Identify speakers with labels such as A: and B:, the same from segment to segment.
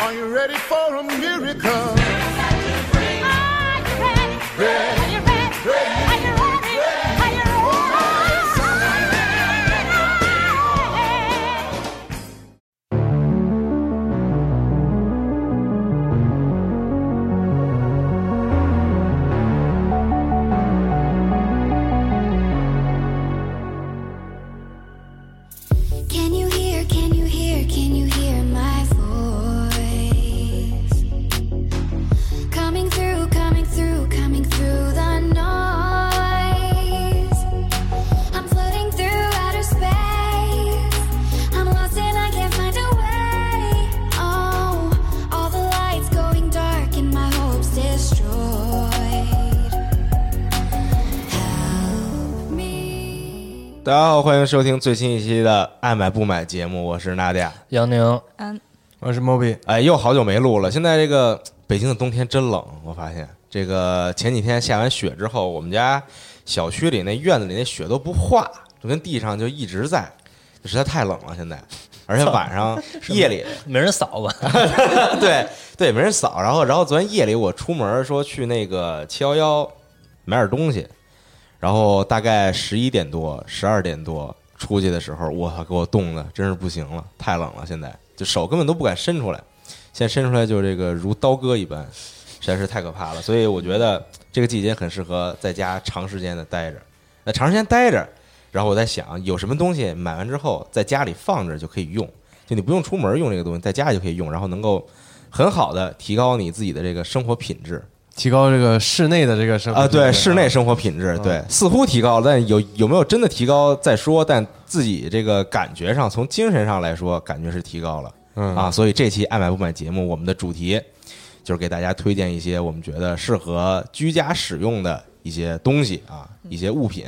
A: Are you ready for a miracle?
B: Are you ready? Are you ready? Are you ready? Are you ready?
C: Can you hear, can you hear, can you hear my voice? Coming through, coming through, coming through the noise. I'm floating through outer space. I'm lost and I can't find a way. Oh, all the lights going dark and my hopes destroyed. Help me.
D: 大家好，欢迎收听最新一期的《爱买不买》节目，我是娜迪亚。
E: 杨宁，
F: 嗯，
E: 我是 Moby，
D: 哎，又好久没录了。现在这个北京的冬天真冷，我发现这个前几天下完雪之后，我们家小区里那院子里那雪都不化，就跟地上就一直在，实在太冷了。现在，而且晚上夜里
E: 没人扫吧？
D: 对对，没人扫。然后，然后昨天夜里我出门说去那个七幺幺买点东西，然后大概十一点多、十二点多出去的时候，我操，给我冻的真是不行了，太冷了，现在就手根本都不敢伸出来，现在伸出来就这个如刀割一般，实在是太可怕了。所以我觉得这个季节很适合在家长时间的待着。那长时间待着，然后我在想有什么东西买完之后在家里放着就可以用。就你不用出门用这个东西，在家里就可以用，然后能够很好的提高你自己的这个生活品质
G: 提高这个室内的这个生活
D: 啊，
G: 质量嗯
D: 对，室内生活品质，对，似乎提高了，但有有没有真的提高再说，但自己这个感觉上，从精神上来说，感觉是提高了，
G: 嗯
D: 啊，所以这期爱买不买节目，我们的主题就是给大家推荐一些我们觉得适合居家使用的一些东西啊，一些物品。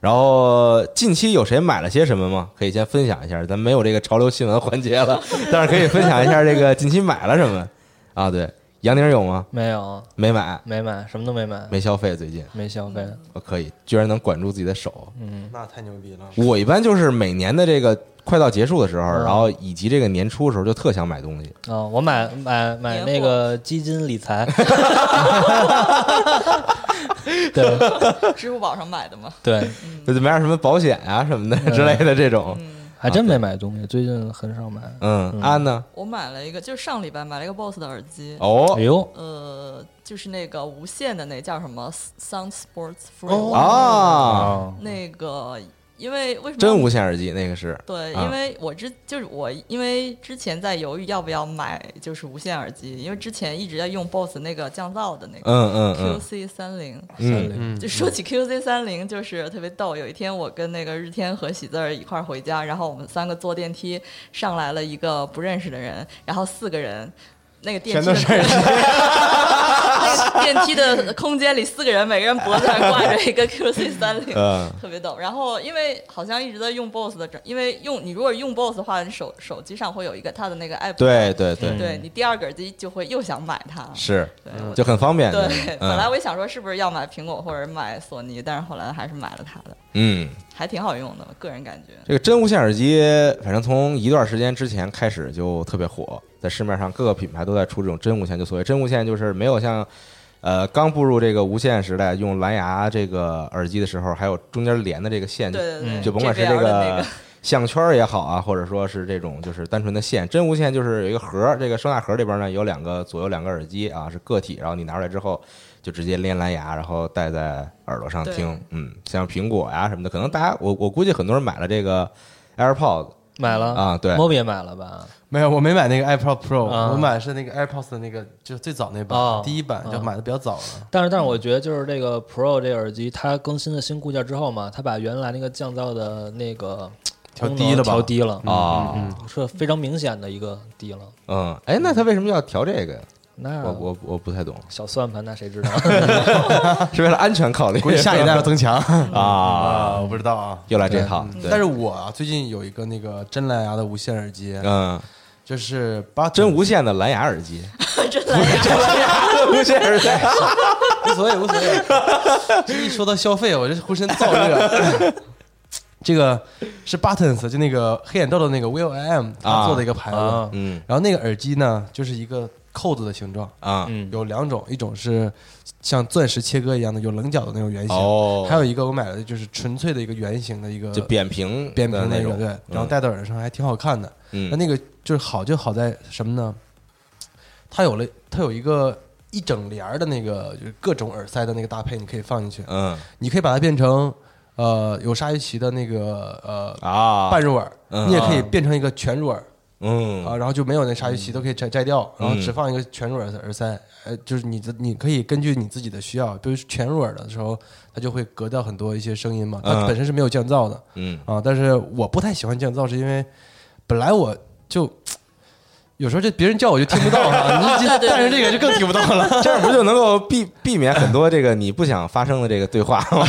D: 然后近期有谁买了些什么吗？可以先分享一下，咱没有这个潮流新闻环节了，但是可以分享一下这个近期买了什么啊？对，杨宁有吗？
E: 没有，
D: 没买，
E: 没买，什么都没买，
D: 没消费，最近
E: 没消费。
D: 我可以，居然能管住自己的手。
G: 那太牛逼了。
D: 我一般就是每年的这个快到结束的时候，
E: 嗯
D: 然后以及这个年初的时候，就特想买东西。
E: 啊、我买买买那个基金理财，对
F: 支付宝上买的吗？
E: 对，
D: 就是买点什么保险啊什么的之类的这种。
E: 还
D: 啊
E: 真没买东西，最近很少买。
D: 嗯，安呢？
F: 我买了一个，就是上礼拜买了一个 BOSS 的耳机，
D: 哦
E: 哎呦，
F: 呃，就是那个无线的那叫什么 Sound Sports Free，、
D: 哦啊，
E: 啊，
F: 那个因为为什么
D: 真无线耳机那个是。
F: 对，
D: 啊
F: 因为我之就是我，因为之前在犹豫要不要买就是无线耳机，因为之前一直在用 BOSS 那个降噪的那个
D: 嗯嗯嗯
F: QC 三零，
D: 嗯
F: 就说起 QC 三零，就是特别逗。有一天我跟那个日天和喜字儿一块儿回家，然后我们三个坐电梯上来了一个不认识的人，然后四个人，那个电梯的 那个电梯的空间里四个人，每个人脖子上挂着一个 QC 三零。
D: 嗯
F: 特别逗，然后因为好像一直在用 BOSS 的整，因为用你如果用 BOSS 的话，你手手机上会有一个它的那个 app，
D: 对对对，
F: 对你第二个耳机就会又想买它，
D: 是
F: 对我
D: 就很方便。
F: 对，本来
D: 嗯
F: 我也想说是不是要买苹果或者买索尼，但是后来还是买了它的，
D: 嗯，
F: 还挺好用的，个人感觉。
D: 这个真无线耳机，反正从一段时间之前开始就特别火，在市面上各个品牌都在出这种真无线。就所谓真无线，就是没有像呃刚步入这个无线时代用蓝牙这个耳机的时候，还有中间连的这个线，
F: 对对对，
D: 嗯就甭管是
F: JBL
D: 这
F: 的那个
D: 项圈儿也好啊，或者说是这种就是单纯的线，真无线就是有一个盒儿，这个收纳盒里边呢有两个左右两个耳机啊，是个体，然后你拿出来之后就直接连蓝牙，然后戴在耳朵上
F: 对
D: 听。嗯，像苹果呀、什么的，可能大家我我估计很多人买了这个 AirPods
E: 买了
D: 啊对
E: ，Mobi 也买了吧？
G: 没有，我没买那个 iPod Pro，、
E: 啊
G: 我买的是那个 AirPods 的那个，就是最早那版，
E: 哦
G: 第一版，就买的比较早了。
E: 但是，但是我觉得就是这个 Pro 这个耳机，它更新了新固件之后嘛，它把原来那个降噪的那个
G: 调
E: 功
G: 低
E: 能
G: 了吧
E: 调低了，
G: 嗯
D: 啊，
E: 是非常明显的一个低了。
D: 嗯，哎，那他为什么要调这个呀？
G: 嗯
E: 那
D: 我我我不太懂，
E: 小算盘，那谁知道？
D: 是为了安全考虑。
G: 啊估计下一代要增强
D: 啊，
G: 啊，我不知道啊。
D: 又来这套，对
G: 但是我啊最近有一个那个真蓝牙的无线耳机，
D: 嗯，
G: 就是八
D: 真无线的蓝牙耳机，
F: 真蓝牙，
D: 无线耳机，
G: 无所谓，无 所谓。这一说到消费，我这浑身燥热。这个是 Buttons，就那个黑眼豆豆那个 Will I Am 他做的一个牌子。
E: 啊
D: 嗯
G: 然后那个耳机呢，就是一个扣子的形状，
D: 啊，
E: 嗯，
G: 有两种，一种是像钻石切割一样的有棱角的那种圆形，
D: 哦
G: 还有一个我买了就是纯粹的一个圆形的一个
D: 就扁平
G: 扁平
D: 的
G: 的
D: 那
G: 一个
D: 种，
G: 对，然后
D: 嗯
G: 戴到耳朵上还挺好看的。那
D: 嗯
G: 那个就是好就好在什么呢？它有了，它有一个一整帘儿的那个，就是各种耳塞的那个搭配，你可以放进去。
D: 嗯
G: 你可以把它变成呃有鲨鱼鳍的那个呃
D: 啊，
G: 半入耳，
D: 嗯
G: 你也可以变成一个全入耳啊，
D: 嗯
G: 然后就没有那鲨鱼鳍都可以摘摘掉，然后只放一个全入耳的耳塞。呃，就是你的你可以根据你自己的需要，比如全入耳的时候，它就会隔掉很多一些声音嘛，它
D: 嗯
G: 本身是没有降噪的。
D: 嗯
G: 啊，但是我不太喜欢降噪，是因为本来我就有时候这别人叫我就听不到了，你这但是这个就更听不到了。
D: 这样不就能够避避免很多这个你不想发生的这个对话吗？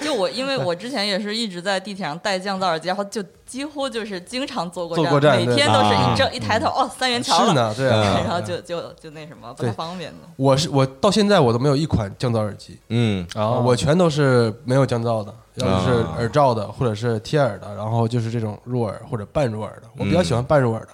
F: 就我，因为我之前也是一直在地铁上戴降噪耳机，然后就几乎就是经常坐过
G: 坐过站
F: 每
G: 对
F: 天都是
D: 啊
F: 一正一抬头，哦，三元桥
G: 是
F: 了，
G: 呢，对
D: 嗯
F: 然
G: 啊。
F: 后就就就那什么不
G: 对
F: 太方便的。
G: 我是我到现在我都没有一款降噪耳机，
D: 嗯
G: 啊，我全都是没有降噪的，要不是
D: 啊
G: 耳罩的，或者是贴耳的，然后就是这种入耳或者半入耳的，我比较喜欢半入耳的。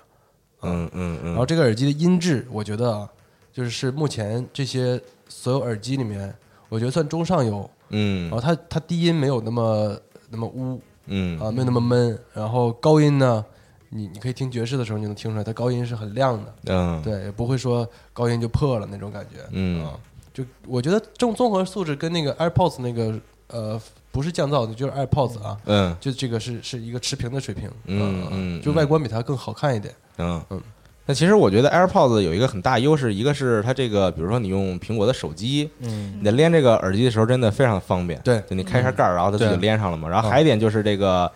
D: 嗯嗯
G: 然
D: 嗯
G: 后这个耳机的音质，我觉得啊，就是是目前这些所有耳机里面，我觉得算中上游。然
D: 嗯
G: 后它它低音没有那么那么污，
D: 嗯
G: 啊，没有那么闷。然后高音呢，你你可以听爵士的时候，你就能听出来，它高音是很亮的，
D: 嗯，
G: 对，也不会说高音就破了那种感觉。
D: 嗯
G: 啊，就我觉得综综合素质跟那个 AirPods 那个呃，不是降噪的，就是 AirPods 啊，
D: 嗯
G: 就这个是是一个持平的水平。
D: 嗯
G: 啊
D: 嗯
G: 就外观比它更好看一点。
D: 嗯嗯
G: 嗯。
D: 那其实我觉得 AirPods 有一个很大优势，一个是它这个，比如说你用苹果的手机，
E: 嗯，
D: 你在连这个耳机的时候真的非常方便。
G: 对
D: 就你开一下盖儿，然后它自己就
G: 对
D: 连上了嘛。然后还有一点就是这个，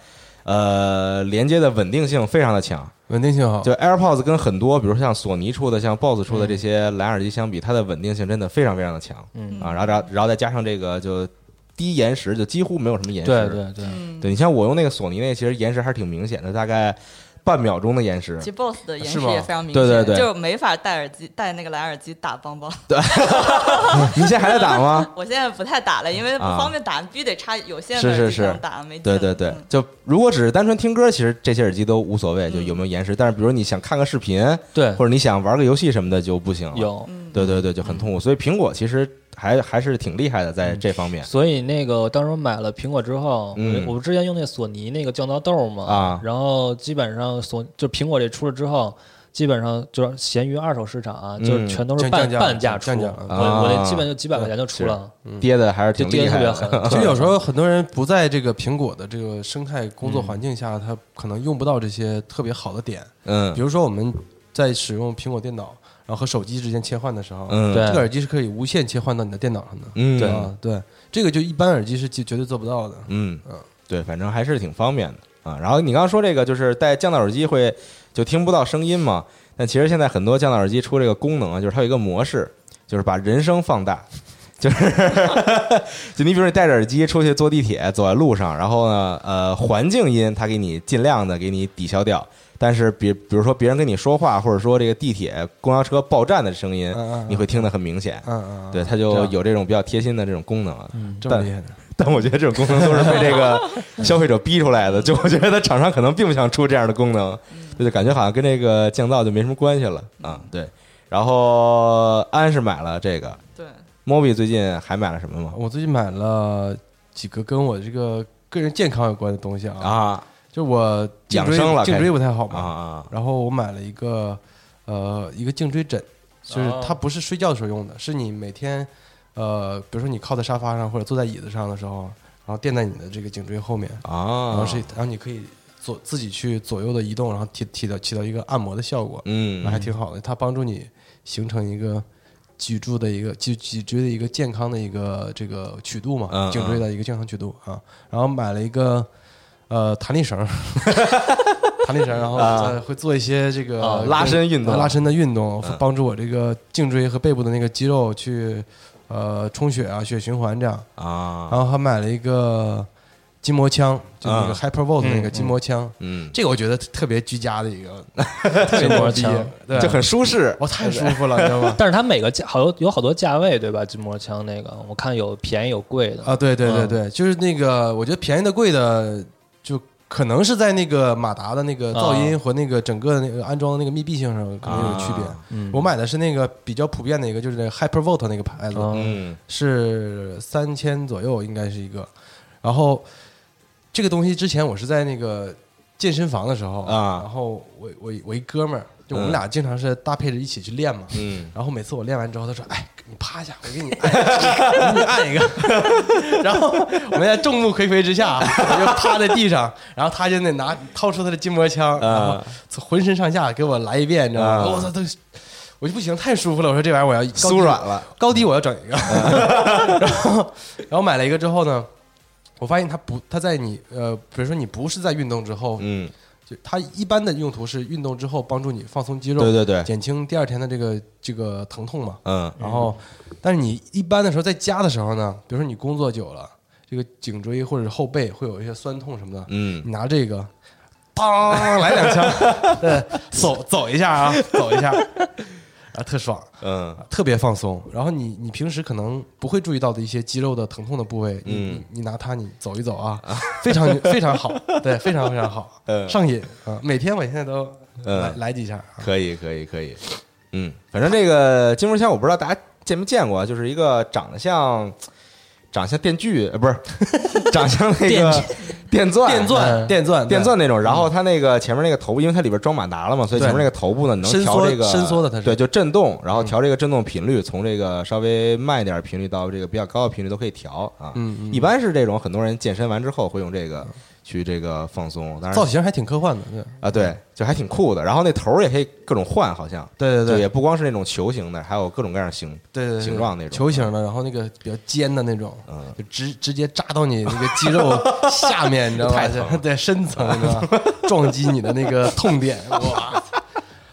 D: 呃，连接的稳定性非常的强。
G: 稳定性好，
D: 就 AirPods 跟很多，比如像索尼出的、像 BOSS 出的这些蓝牙耳机相比，它的稳定性真的非常非常的强。
E: 嗯
D: 啊，然后然后然后再加上这个就低延时，就几乎没有什么延时。
E: 对对对，
F: 嗯，
D: 对你像我用那个索尼那，其实延时还是挺明显的，大概半秒钟的延时
F: 其。实 BOSS 的延
G: 是
F: 时
G: 吧
F: 也非常明
D: 对
F: 显，
D: 对对
F: 就是没法戴耳机戴那个蓝牙耳机打邦 邦。
D: 你现在还在打 吗？
F: 我现在不太打了，因为不方便打，必须得插有线的
D: 啊是是
F: 耳机才
D: 是
F: 能打，没劲
D: 对对对
F: 嗯，
D: 就如果只是单纯听歌，其实这些耳机都无所谓，就有没有延时。但是比如你想看个视频，
E: 嗯对
D: 或者嗯你想玩个游戏什么的就不行了。，
E: 有。
D: 对对对，就很痛苦。所以苹果其实还还是挺厉害的，
E: 嗯
D: 在这方面。
E: 所以那个，我当时买了苹果之后，
D: 嗯
E: 我我之前用那索尼那个降噪豆嘛，
D: 啊
E: 然后基本上索就苹果这出了之后，基本上就是闲鱼二手市场啊，
D: 嗯
E: 就全都是
G: 降
E: 半
G: 降价
E: 半价出，
G: 降价嗯
E: 我
D: 啊
E: 我那基本就几百块钱就出了，
D: 跌的还是
E: 嗯就
D: 挺
E: 跌
D: 厉
E: 得特
D: 害
E: 别
D: 的。
E: 狠。
G: 其实有时候很多人不在这个苹果的这个生态工
D: 嗯
G: 作环境下，他可能用不到这些特别好的点。比
D: 嗯
G: 如说我们在使用苹果电脑，然后和手机之间切换的时候，
D: 嗯，
E: 对
G: 这个耳机是可以无线切换到你的电脑上的。
D: 嗯对
G: 啊，对，这个就一般耳机是绝绝对做不到的。
D: 嗯，对，反正还是挺方便的啊。然后你刚刚说这个，就是戴降噪耳机会就听不到声音嘛？但其实现在很多降噪耳机出这个功能啊，就是它有一个模式，就是把人声放大。 就是，就你比如你戴着耳机出去坐地铁，走在路上，然后呢，呃，环境音它给你尽量的给你抵消掉，但是比比如说别人跟你说话，或者说这个地铁、公交车报站的声音
G: 嗯嗯，嗯
D: 你会听得很明显。
G: 嗯嗯，嗯
D: 对，它
G: 这
D: 就
G: 样嗯
D: 有这种比较贴心的这种功能啊。
G: 这么厉害的。
D: 但我觉得这种功能都是被这个消费者逼出来的，就我觉得厂商可能并不想出这样的功能，就就感觉好像跟这个降噪就没什么关系了啊。对，然后安是买了这个
F: 对，
D: ，Mobi 最近还买了什么吗？
G: 我最近买了几个跟我这个个人健康有关的东西啊，
D: 啊，
G: 就我颈椎
D: 养生了
G: 颈
D: 开
G: 椎
D: 始
G: 不太好嘛，
D: 啊啊
G: 然后我买了一个呃一个颈椎枕，就是
E: 哦
G: 它不是睡觉的时候用的，是你每天呃，比如说你靠在沙发上或者坐在椅子上的时候，然后垫在你的这个颈椎后面，
D: 啊
G: 然
D: 啊
G: 后是然后你可以左自己去左右的移动，然后起起到起到一个按摩的效果，
D: 嗯
G: 那还挺好的，它帮助你形成一个。脊柱的一个脊脊椎的一个健康的一个这个曲度嘛，
D: 嗯
G: 颈椎的一个健康曲度啊，然后买了一个呃弹力 绳儿，弹力绳儿，然后再会做一些这个、
D: 啊拉伸运动嗯
G: 拉伸的运动，帮助我这个颈椎和背部的那个肌肉去呃充血啊、血循环这样。
D: 啊
G: 然后还买了一个筋膜枪，就那个
D: 啊
G: Hypervolt 那个筋膜枪，
D: 嗯，
G: 这个我觉得特别居家的一 个，特别牛逼啊
E: 筋膜枪，
G: 对，啊
D: 就很舒适
G: 我太舒服了，你知道吗？
E: 但是它每个价好有有好多价位，对吧？筋膜枪那个，我看有便宜有贵的
G: 啊，对对对
E: 嗯
G: 对，就是那个，我觉得便宜的贵的就。可能是在那个马达的那个噪音和那个整个的那个安装的那个密闭性上可能有区别
D: 啊。
G: 我买的是那个比较普遍的一个，就是那个 Hypervolt 那个牌子，
E: 嗯
D: 嗯
G: 是三千左右，应该是一个。然后这个东西之前我是在那个健身房的时候
D: 啊
G: 然后我我我一哥们儿，就我
D: 嗯
G: 们俩经常是搭配着一起去练嘛，
D: 嗯
G: 然后每次我练完之后，他说：“哎，你趴下，我给你 按，你按一个。” 然后我们在众目睽睽之下，啊我就趴在地上，然后他就那拿掏出他的筋膜
D: 嗯
G: 枪，然
D: 呃
G: 后从浑身上下给我来一遍，你知道
D: 啊
G: 吗？我操，都我就不行，太舒服了。我说这玩意儿我要高低
D: 酥软了，
G: 高低我要整 一个。然后然后买了一个之后呢，我发现它不，它在你呃，比如说你不是在运动之后，
D: 嗯
G: 就它一般的用途是运动之后帮助你放松肌肉，
D: 对对对
G: 减轻第二天的这个这个疼痛嘛。
D: 嗯
G: 然后，但是你一般的时候在家的时候呢，比如说你工作久了，这个颈椎或者是后背会有一些酸痛什么的，
D: 嗯
G: 你拿这个，当来两 枪，对，走走一下啊，走一下，啊，特爽，
D: 嗯
G: 特别放松。然后你你平时可能不会注意到的一些肌肉的疼痛的部位，你
D: 嗯
G: 你你拿它你走一走啊，非常非常好，对，非常非常好，
D: 嗯
G: 上瘾啊！每天我现在都
D: 嗯
G: 来来几下啊，
D: 可以可以可以，嗯，反正这个金门枪我不知道大家见没见过啊，就是一个长得像长得像电锯，呃，不是 长相那个电钻
G: 电钻啊嗯电钻
D: 电
G: 对
D: 钻那种，然后它那个前面那个头部，因为它里边装马达了嘛，所以
G: 对
D: 前面那个头部呢，你能
G: 伸
D: 调
G: 缩
D: 这个
G: 伸缩的它是
D: 对，就震动，然后调这个震动频率，从这个稍微慢一点频率到这个比较高的频率都可以调啊。
G: 嗯嗯
D: 一般是这种，很多人健身完之后会用这个去这个放松，当然
G: 造型还挺科幻的，对。
D: 啊，对，就还挺酷的。然后那头儿也可以各种换，好像
G: 对对
D: 就
G: 对
D: 也不光是那种球形的，还有各种各样形
G: 对对对
D: 形状那种
G: 球形的，然后那个比较尖的那种，
D: 嗯
G: 就直直接扎到你那个肌肉下面，你知道
D: 太疼
G: 吗？
D: 了
G: 对，深层，你知道吗？撞击你的那个痛点，哇，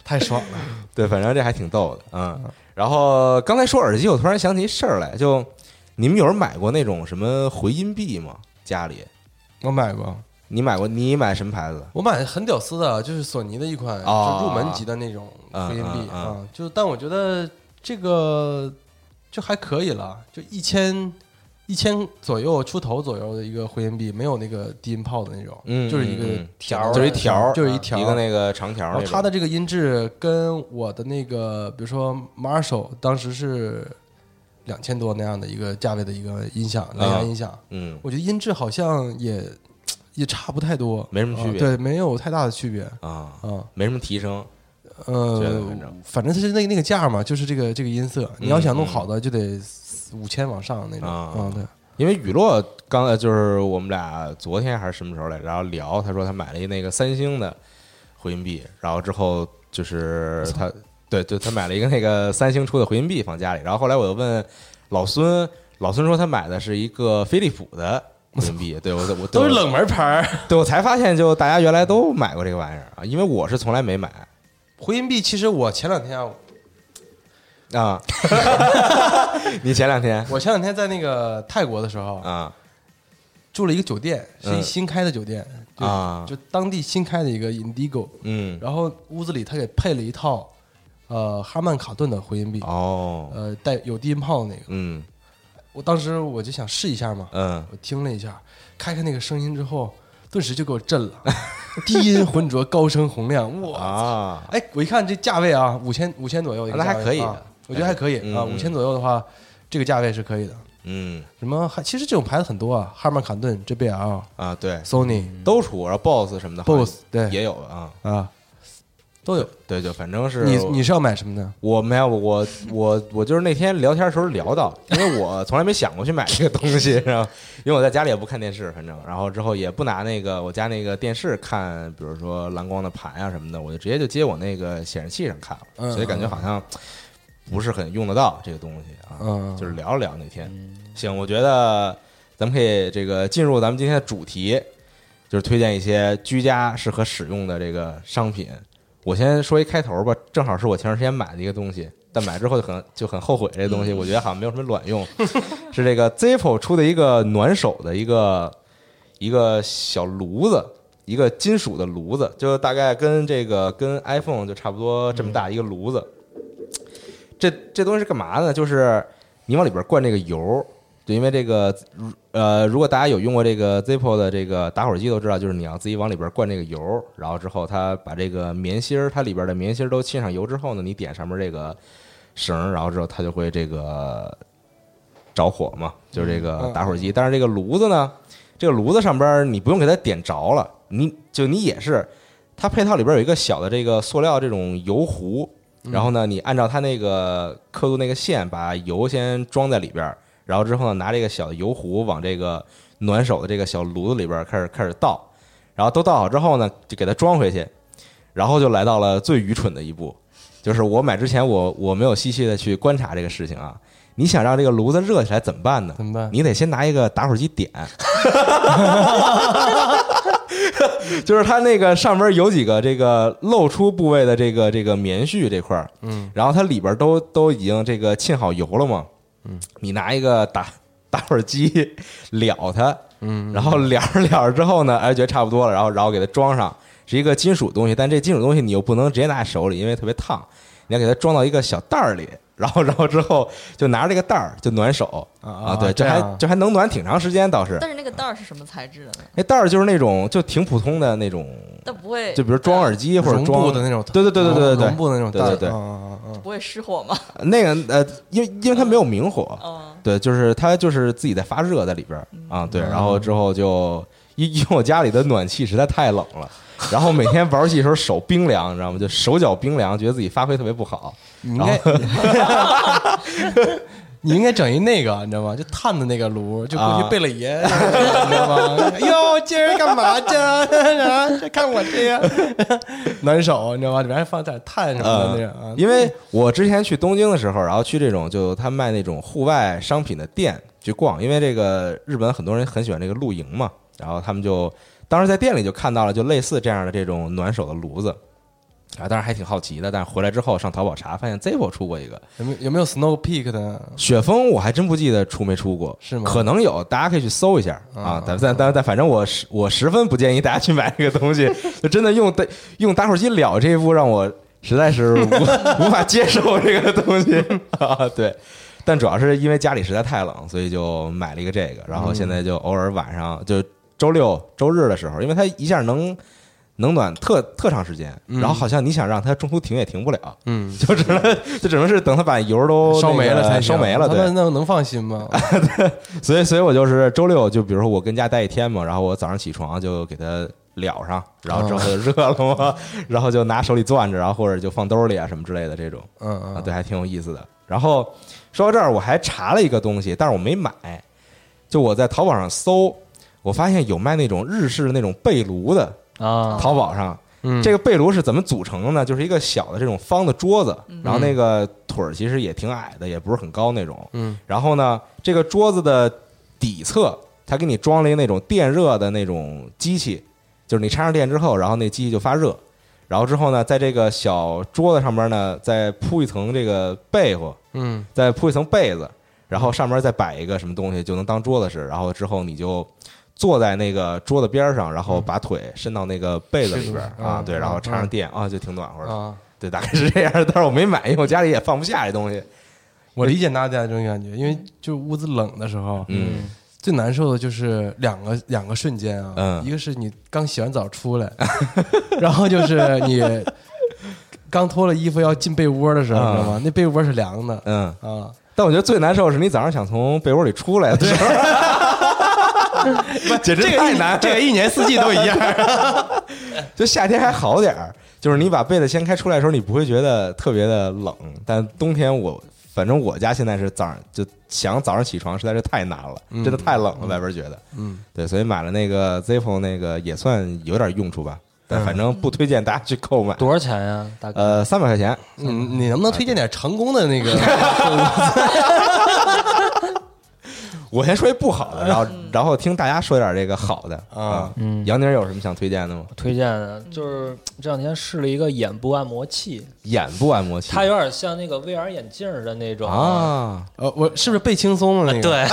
G: 太爽了！
D: 对，反正这还挺逗的，嗯。然后刚才说耳机，我突然想起一事儿来，就你们有人买过那种什么回音壁吗？家里
G: 我买过，
D: 你买过？你买什么牌子的？
G: 我买很屌丝的，就是索尼的一款，
D: 哦
G: 就入门级的那种
D: 嗯
G: 回音壁
D: 嗯嗯
G: 啊，就但我觉得这个就还可以了，就一千。一千左右出头左右的一个回音壁，没有那个低音炮的那种，
D: 嗯
G: 就是一个
D: 嗯嗯
G: 条儿的，啊
D: 就是一条儿，
G: 就是一
D: 嗯
G: 条儿，
D: 一个那个长条儿
G: 然后
D: 那
G: 它
D: 种。
G: 的这个音质跟我的那个，比如说 Marshall 当时是两千多那样的一个价位的一个音响，蓝牙音响，
D: 嗯
G: 我觉得音质好像也也差不太多，
D: 没什么区别
G: 啊对，没有太大的区别
D: 啊，
G: 啊。
D: 没什么提升。觉得
G: 呃
D: 反正，嗯
G: 反正它是那那个价嘛，就是这个这个音色，你要想弄好的就得五千往上那种
D: 啊
G: 啊。对，
D: 因为雨落刚呃就是我们俩昨天还是什么时候来，然后聊，他说他买了一那个三星的回音壁，然后之后就是他对对，他买了一个那个三星出的回音壁放家里，然后后来我又问老孙，老孙说他买的是一个飞利浦的回音壁，对 我我
G: 都
D: 对
G: 是，冷门牌儿。
D: 我对我才发现就大家原来都买过这个玩意儿啊，因为我是从来没买
G: 回音壁其实我前两天啊，
D: 啊， 你前两天
G: 我前两天在那个泰国的时候，
D: 啊
G: 住了一个酒店，是一
D: 嗯
G: 新开的酒店，就
D: 啊
G: 就当地新开的一个 Indigo，
D: 嗯
G: 然后屋子里他给配了一套，呃，哈曼卡顿的回音壁，
D: 哦
G: 呃，带有低音炮的那个。
D: 嗯
G: 我当时我就想试一下嘛，
D: 嗯
G: 我听了一下，开开那个声音之后，顿时就给我震了， 低音浑浊，高声洪亮，哇！
D: 啊
G: 哎，我一看这价位啊，五千五千左右一个
D: 那
G: 价位啊，
D: 还可以的
G: 我觉得还可以
D: 嗯
G: 啊，
D: 嗯
G: 五千左右的话，这个价位是可以的。
D: 嗯
G: 什么还其实这种牌子很多啊，哈曼卡顿、JBL、
D: 啊，对，
G: Sony
D: 都出，然后 BOSS 什么的
G: BOSS
D: 好像
G: 对
D: 也有啊，
G: 啊，都有。
D: 对，就反正是
G: 你你是要买什么呢？
D: 我没有，我我我就是那天聊天的时候聊到，因为我从来没想过去买这个东西，然后因为我在家里也不看电视，反正然后之后也不拿那个我家那个电视看，比如说蓝光的盘啊什么的，我就直接就接我那个显示器上看了，
G: 嗯
D: 所以感觉好像不是很用得到这个东西啊，
G: 嗯
D: 就是聊了聊那天。行，我觉得咱们可以这个进入咱们今天的主题，就是推荐一些居家适合使用的这个商品。我先说一开头吧，正好是我前段时间买的一个东西，但买之后就很就很后悔这东西，我觉得好像没有什么卵用。 是这个 Zippo 出的一个暖手的一个一个小炉子，一个金属的炉子，就大概跟这个跟 iPhone 就差不多这么大一个炉子。这这东西是干嘛呢？就是你往里边灌这个油，就因为这个呃，如果大家有用过这个 Zippo 的这个打火机都知道，就是你要自己往里边灌这个油，然后之后它把这个棉芯儿，它里边的棉芯儿都浸上油之后呢，你点上面这个绳儿，然后之后它就会这个着火嘛，就是这个
G: 嗯
D: 打火机。但是这个炉子呢，这个炉子上边儿你不用给它点着了，你就你也是，它配套里边有一个小的这个塑料这种油壶，然后呢，你按照它那个刻度那个线，把油先装在里边儿，然后之后呢，拿这个小的油壶往这个暖手的这个小炉子里边儿开始开始倒，然后都倒好之后呢，就给它装回去，然后就来到了最愚蠢的一步，就是我买之前我我没有细细的去观察这个事情啊。你想让这个炉子热起来怎么办呢？
G: 怎么办
D: 你得先拿一个打火机点， 就是它那个上面有几个这个露出部位的这个这个棉絮这块儿，嗯，然后它里边儿都都已经这个浸好油了嘛，嗯，你拿一个打打火机燎它，嗯，然后燎着燎着之后呢，哎，觉得差不多了，然后然后给它装上，是一个金属东西，但这金属东西你又不能直接拿在手里，因为特别烫，你要给它装到一个小袋儿里。然后，然后之后就拿着这个袋儿就暖手
G: 啊
D: 对，
G: 这
D: 这还
G: 样啊
D: 这还能暖挺长时间，倒是
F: 但是那个袋儿是什么材质的呢？
D: 那袋儿就是那种就挺普通的那种
F: 它不会
D: 就比如装耳机或者
G: 啊绒
D: 装
G: 布的那种
D: 对对对对对对对，
G: 绒布的那种
D: 对
G: 袋
D: 对
G: 儿
D: 对，
G: 嗯嗯嗯
F: 不会失火吗？
D: 那个呃，因为因为它没有明火，
F: 嗯，
D: 对，就是它就是自己在发热在里边儿啊，
G: 嗯
D: 对，然后之后就因因为我家里的暖气实在太冷了，然后每天玩游戏的时候手冰凉，你知道吗？就手脚冰凉，觉得自己发挥特别不好，
G: 你应
D: 然
G: 该
D: 后
G: 你应该整一那个，你知道吗？就炭的那个炉，就过
D: 啊
G: 去贝勒爷， 你知道吗？哟，今儿干嘛去啊？ 这看我这呀，暖手，你知道吗？里面还放点炭什么的那种啊
D: 呃，。因为我之前去东京的时候，然后去这种就他卖那种户外商品的店去逛，因为这个日本很多人很喜欢这个露营嘛，然后他们就当时在店里就看到了就类似这样的这种暖手的炉子。啊，当然还挺好奇的，但是回来之后上淘宝查，发现 Zippo 出过一个
G: 有没有有没有 Snow Peak 的？
D: 雪峰，我还真不记得出没出过，
G: 是吗
D: 可能有，大家可以去搜一下啊。但但但但反正我十我十分不建议大家去买这个东西，就真的用打用打火机燎这一步，让我实在是无 无法接受这个东西 啊。对，但主要是因为家里实在太冷，所以就买了一个这个，然后现在就偶尔晚上就周六周日的时候，因为它一下能。能暖特特长时间，然后好像你想让它中途停也停不了，
G: 嗯，
D: 就只能就只能是等它把油都
G: 烧
D: 那
G: 没
D: 个
G: 了才
D: 烧没了，
G: 他
D: 对，
G: 们那能放 心吗？
D: 所以，所以我就是周六，就比如说我跟家待一天嘛，然后我早上起床就给它燎上，然后之后就热了嘛， 然后就拿手里攥着，然后或者就放兜里啊什么之类的这种
G: 嗯
D: 啊，
G: 嗯，
D: 对，还挺有意思的。然后说到这儿，我还查了一个东西，但是我没买，就我在淘宝上搜，我发现有卖那种日式的那种被炉的，
E: 啊，
D: 淘宝上。
G: 嗯
D: 这个被炉是怎么组成的呢？就是一个小的这种方的桌子，然后那个腿儿其实也挺矮的，也不是很高那种。
G: 嗯，
D: 然后呢，这个桌子的底侧，它给你装了一个那种电热的那种机器，就是你插上电之后，然后那机器就发热。然后之后呢，在这个小桌子上面呢，再铺一层这个被子，
G: 嗯，
D: 再铺一层被子，然后上面再摆一个什么东西，就能当桌子使。然后之后你就坐在那个桌子边上，然后把腿伸到那个被子里边
G: 嗯是
D: 啊
G: 嗯，
D: 对，
G: 嗯
D: 然后插上电啊，就挺暖和的。
G: 啊，
D: 对，大概是这样。但是我没买，因为我家里也放不下这东西。
G: 我理解大家这种感觉，因为就屋子冷的时候，
D: 嗯，
G: 最难受的就是两个两个瞬间啊，
D: 嗯
G: 一个是你刚洗完澡出来， 然后就是你刚脱了衣服要进被窝的时候，
D: 嗯
G: 你知道吗？那被窝是凉的，
D: 嗯，
G: 啊，
D: 但我觉得最难受是你早上想从被窝里出来的时候， 简直
G: 这个
D: 太
G: 一
D: 难。
G: 这个一年四季都 一样。
D: 就夏天还好点儿，就是你把被子掀开出来的时候，你不会觉得特别的冷。但冬天我，反正我家现在是早上就想早上起床实在是太难了，真的太冷了，外边觉得。
G: 嗯，
D: 对，所以买了那个 Zippo 那个也算有点用处吧，但反正不推荐大家去购买。
E: 多少钱呀？大哥，
D: 呃，三百块钱，
G: 你你能不能推荐点成功的那个？
D: 哎我先说一不好的，然后然后听大家说点这个好的
G: 啊。
E: 嗯
D: 杨宁有什么想推荐的吗？
E: 推荐的就是这两天试了一个眼部按摩器，
D: 眼部按摩器
E: 它有点像那个 VR 眼镜儿的那种。
D: 嗯啊，
G: 呃，我是不是背轻松了？那个。
E: 对，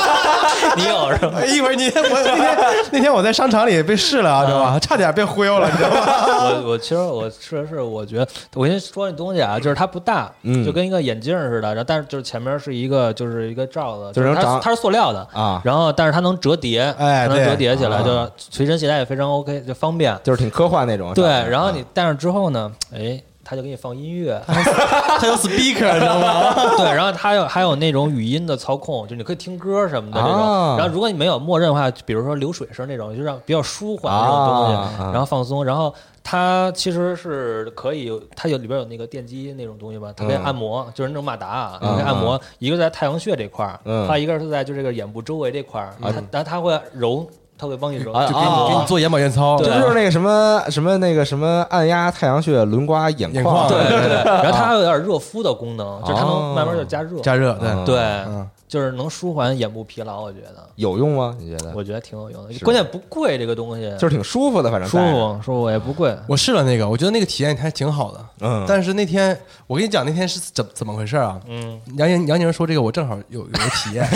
E: 你有是吧？
G: 哎，一会儿你我那天那天我在商场里被试了啊，知道
D: 嗯
G: 吧？差点被忽悠了，你知道吗？
E: 我我其实我确实是我觉得，我先说这东西啊，就是它不大，
D: 嗯
E: 就跟一个眼镜儿似的，然后但是就是前面是一个就是一个罩子，
D: 就是能
E: 是它
D: 长
E: 它是塑料的
D: 啊
E: 然后但是它能折叠，
G: 哎
E: 它能
G: 对
E: 折叠起来，
G: 啊
E: 就是随身携带也非常 OK，就方便。
D: 就是挺科幻那种。啊
E: 对，
D: 是吧
E: 然后你戴上之后呢，哎，它就给你放音乐，
G: 还有 speaker，你知道吗？
E: 对，然后它有还有那种语音的操控，就你可以听歌什么的这种。
D: 啊
E: 然后如果你没有默认的话，比如说流水声那种，就让比较舒缓这种东西，
D: 啊啊
E: 然后放松。然后它其实是可以有，它有里边有那个电击那种东西嘛，它可以
D: 嗯
E: 按摩，就是那种马达啊，它可以按摩。一个在太阳穴这块儿，
D: 嗯
E: 还有一个是在就这个眼部周围这块儿，它然后它会揉，它会帮你揉。
D: 啊
G: 就给你给你做眼保健操，
E: 对
D: 这不就是那个什么什么那个什么按压太阳穴、轮刮眼
G: 眼
D: 眶？
G: 眶
E: 啊对 对对，然后它还有点热敷的功能，就是它能
D: 哦
E: 慢慢就加热，
G: 加热，对
D: 嗯
E: 对，
G: 嗯
E: 就是能舒缓眼部疲劳，我觉得。
D: 有用吗？你觉得？
E: 我觉得挺有用的，
D: 是
E: 关键不贵这个东西，
D: 就是挺舒服的，反正
E: 舒
D: 戴着。
E: 服舒服也不贵。
G: 我试了那个，我觉得那个体验还挺好的。
D: 嗯
G: 但是那天我跟你讲，那天是怎怎么回事啊？
E: 嗯，
G: 杨宁杨宁说这个，我正好有有个体验。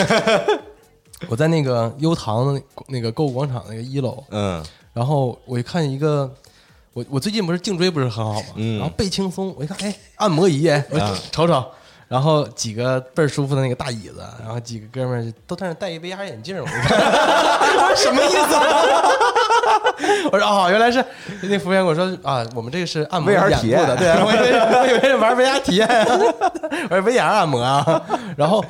G: 我在那个优唐的那那个购物广场那个一楼，
D: 嗯
G: 然后我一看一个，我我最近不是颈椎不是很好嘛，
D: 嗯啊
G: 然后背轻松，我一看，哎，按摩仪，哎我瞅瞅，然后几个倍儿舒服的那个大椅子，然后几个哥们儿都在那戴一 VR 眼镜儿，我说 什么意思啊？ 我说哦，原来是那服务员跟我说啊，我们这个是按摩
D: VR
G: 眼部
D: 体验
G: 的，对，我以为我以为是玩 VR 体验， 我说 VR 按摩啊，然后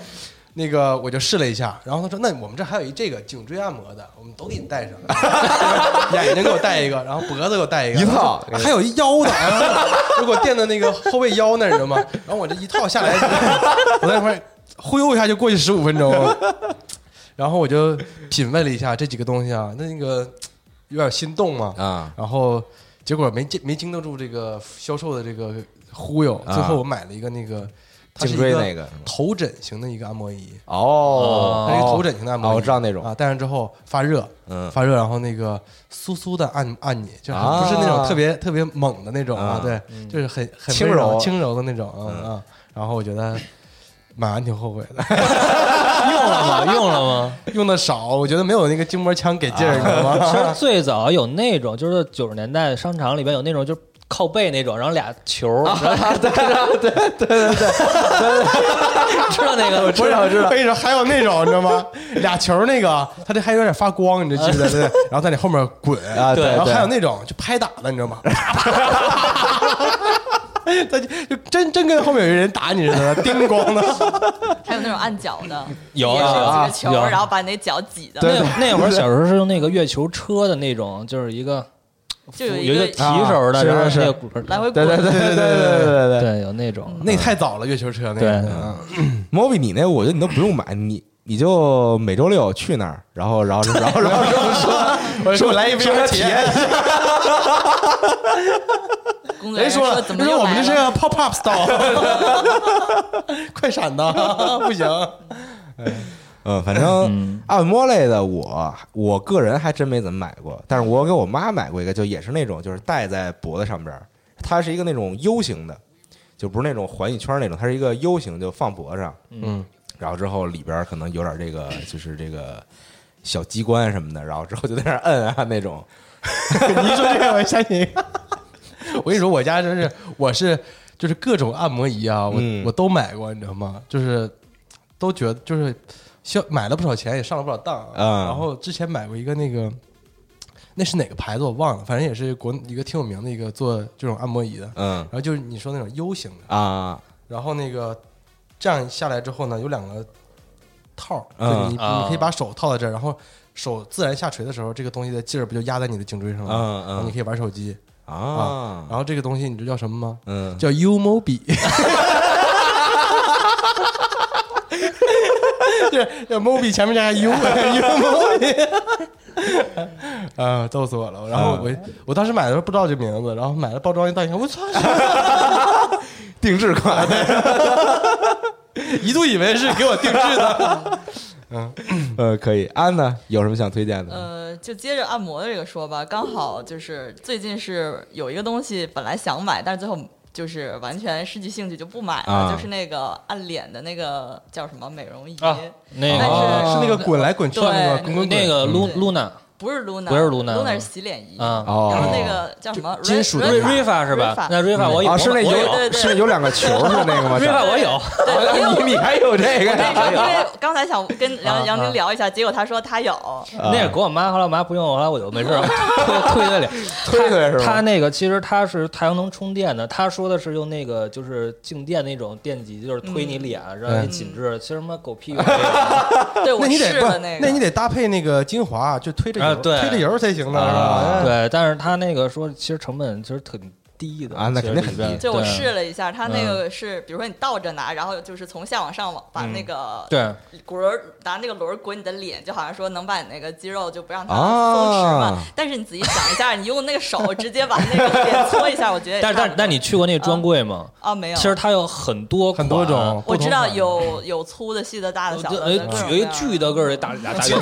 G: 那个我就试了一下，然后他说那我们这还有一这个颈椎按摩的，我们都给你戴上， 眼睛给我戴一个，然后脖子给我戴一个，
D: 一套
G: 然后还有一腰的，然后 如果垫到那个后背腰那儿，你知道吗？然后我这一套下来，我在那块儿忽悠一下就过去十五分钟， 然后我就品味了一下这几个东西啊，那那个有点心动嘛，
D: 啊
G: 然后结果没经没经得住这个销售的这个忽悠，
D: 啊
G: 最后我买了一个那个它是一
D: 颈椎那个
G: 头枕型的一个按摩仪，
D: 哦
G: 它是一个头枕型的按摩
D: 哦
G: 仪，
D: 我知道那种
G: 啊，戴上之后发热，
D: 嗯
G: 发热，然后那个酥酥的按按你，就是
D: 啊
G: 不是那种特别特别猛的那种
D: 啊
G: 啊，对，就是很很
D: 轻
G: 温
D: 柔嗯
G: 轻柔的那种啊啊，然后我觉得。买完挺后悔 的，
E: 用了吗？用了吗？
G: 用的少，我觉得没有那个筋膜枪给劲儿，你知道
E: 其实
G: 吗？
E: 最早有那种，就是九十年代商场里边有那种，就是靠背那种，然后俩球， 然后对对对对对， 知道那个？
G: 知道 知道，背着还有那种你知道吗？ 俩球那个，它这还有点发光，你这记不记得？对， 然后在你后面滚
D: 啊对
G: 然后
D: 对
G: 还有那种就拍打的，你知道吗？ 他就就真真跟后面有人打你似 的，叮咣的。
F: 还有那种按脚的，
E: 有
F: 也是
E: 啊
F: 有几个球，
E: 有
F: 然后把那脚挤的，
E: 那那会儿小时候是用那个月球车的那种，就是一个
F: 就有
E: 有
F: 一
E: 一个
F: 个
E: 提手
D: 啊
E: 的，
D: 是
E: 然后
D: 是
E: 那个骨盆
F: 来回
D: 对
F: 滚
D: 对对对对对对对
E: 对有那种
G: 那太早了，月球车那
E: 对
G: 个。嗯
D: 毛笔，你那我觉得你都不用买，你你就每周六去那儿，然后然后然后然后
G: 我说我来一杯
D: 说说
G: 体
D: 体
G: 验
D: 验，
F: 工作人
D: 哎
G: 人
F: 员
G: 说了，
F: 怎么
G: 人说
F: 又
G: 我们
F: 来
G: 这是
F: 了？
G: 个 pop up store，快闪 的，不行。
D: 嗯，反正按摩类的我我个人还真没怎么买过，但是我给我妈买过一个，就也是那种就是戴在脖子上边儿，它是一个那种 U 型的，就不是那种环一圈儿那种，它是一个 U 型，就放脖子上，
G: 嗯，
D: 然后之后里边儿可能有点这个就是这个小机关什么的，然后之后就在那儿摁啊那种，
G: 你一说这个，我相信。 我跟你说，我家真是，我是就是各种按摩仪啊，我、
D: 嗯
G: 我都买过，你知道吗？就是都觉得就是消买了不少钱，也上了不少当啊。
D: 嗯
G: 然后之前买过一个那个，那是哪个牌子我忘了，反正也是国一个挺有名的一个做这种按摩仪的。
D: 嗯
G: 然后就是你说那种 U 型的，
D: 啊
G: 然后那个这样下来之后呢，有两个套儿，
D: 嗯
G: 就是你
E: 啊
G: 你可以把手套在这儿，然后手自然下垂的时候，这个东西的劲儿不就压在你的颈椎上
D: 嗯
G: 了？
D: 嗯
G: 然后你可以玩手机
D: 啊，
G: 然后这个东西你知道叫什么吗？
D: 嗯，
G: 叫 U Mobi。对，叫 Mobi 前面加 个 U，U Mobi，啊，逗死我了！然后我
D: 嗯
G: 我当时买的时候不知道这名字，然后买了包装一到一看，我操，
D: 定制款，
G: 一度以为是给我定制的。
D: 呃，可以。安呢，有什么想推荐的？
F: 呃，就接着按摩的这个说吧，刚好就是最近是有一个东西本来想买，但是最后就是完全失去兴趣就不买了，
D: 啊
F: 就是那个按脸的那个叫什么美容仪，
E: 啊，那
F: 但
E: 个
D: 哦
F: 是
G: 是那个滚来滚去的那个滚滚滚
E: 那个
F: 对
E: Lu Luna
F: 不是 Luna，
E: 不是 Luna
F: ，Luna 是洗脸仪
E: 啊
D: 哦
F: 然后那个叫什么
G: 金属的
E: Ri-
F: Ray-
E: Rifa 是吧
F: Rifa？
E: 那 Rifa 我有
D: 啊，是那
E: 我有
D: 有啊
F: 对对
D: 是有两个球的那个吗？
E: Rifa 我有，
F: 对，因为我
D: 你你还有这个呀？
F: 那
D: 啊
F: 个，因为刚才想跟
E: 啊
F: 梁
E: 啊
F: 杨宁聊一下，结果他说他有，
E: 那是给我妈，后来我妈不用，后来我就没事儿推推的脸。
D: 推推 是
E: 它
D: 吧？
E: 那个其实它是太阳能充电的，他说的是用那个就是静电那种电极，就是推
F: 嗯
E: 你脸，
D: 嗯
E: 让你紧致。其实妈 狗屁用这个，
F: 对我
G: 那你得
F: 试
G: 不
F: 了
G: 是，
F: 那
G: 那你
F: 个。
G: 得搭配那个精华，就推着
E: 啊
G: 油，
E: 对
G: 推着油才行呢，是
D: 啊
G: 吧？
E: 对。但是它那个说其实成本其实挺低的
D: 啊那
E: 其实
D: 肯定很
E: 里边
D: 低
F: 就我
E: 对
F: 试了一下，它那个是，比如说你倒着拿，然后就是从下往上往把那个
E: 对
F: 滚儿拿那个轮儿滚你的脸，就好像说能把你那个肌肉就不让它松弛
D: 啊
F: 嘛。但是你仔细想一下，你用那个手直接把那个脸搓一下，我觉得也
E: 但是但
F: 差
E: 是
F: 不多
E: 但你去过那个专柜吗？
F: 啊没有，
E: 其实它有很多
G: 很多
E: 款
G: 种，
F: 我知道
G: 不同款的
F: 有有粗的、细的、大的、小的，
E: 呃，
F: 各种啊
E: 举一
F: 各样的
E: 巨的个儿的大俩大 圆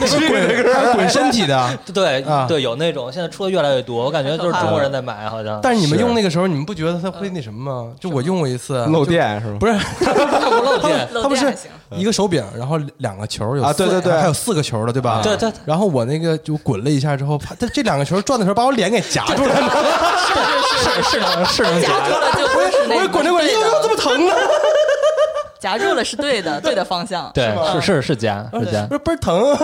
E: 球，
G: 滚还有滚身体的。
E: 对
G: 啊
E: 对，有那种现在出的越来越多，我感觉就是中国人在买，好像。
G: 但是你们
D: 是
G: 用那个时候，你们不觉得它
F: 嗯
G: 会那什么吗？就我用过一次，
D: 漏电是吗？
G: 不是
E: 它不漏电，
F: 漏
G: 它不
F: 电
G: 是
F: 还行
G: 一个手柄，然后两个球有
D: 啊对
G: 四
D: 对对
G: 还有四个球的，对吧？
E: 对对对
G: 然后我那个就滚了一下之后，啪，它这两个球转的时候把我脸给夹住了，
E: 是是能是能
F: 夹住了就不是那
G: 我
F: 个
G: 滚着滚
F: 对
G: 着，哟
F: 的
G: 哟，怎么疼啊 呢？
F: 夹住了是对 的，对的方向。
E: 对，是是是加是加
G: 不。是倍儿疼，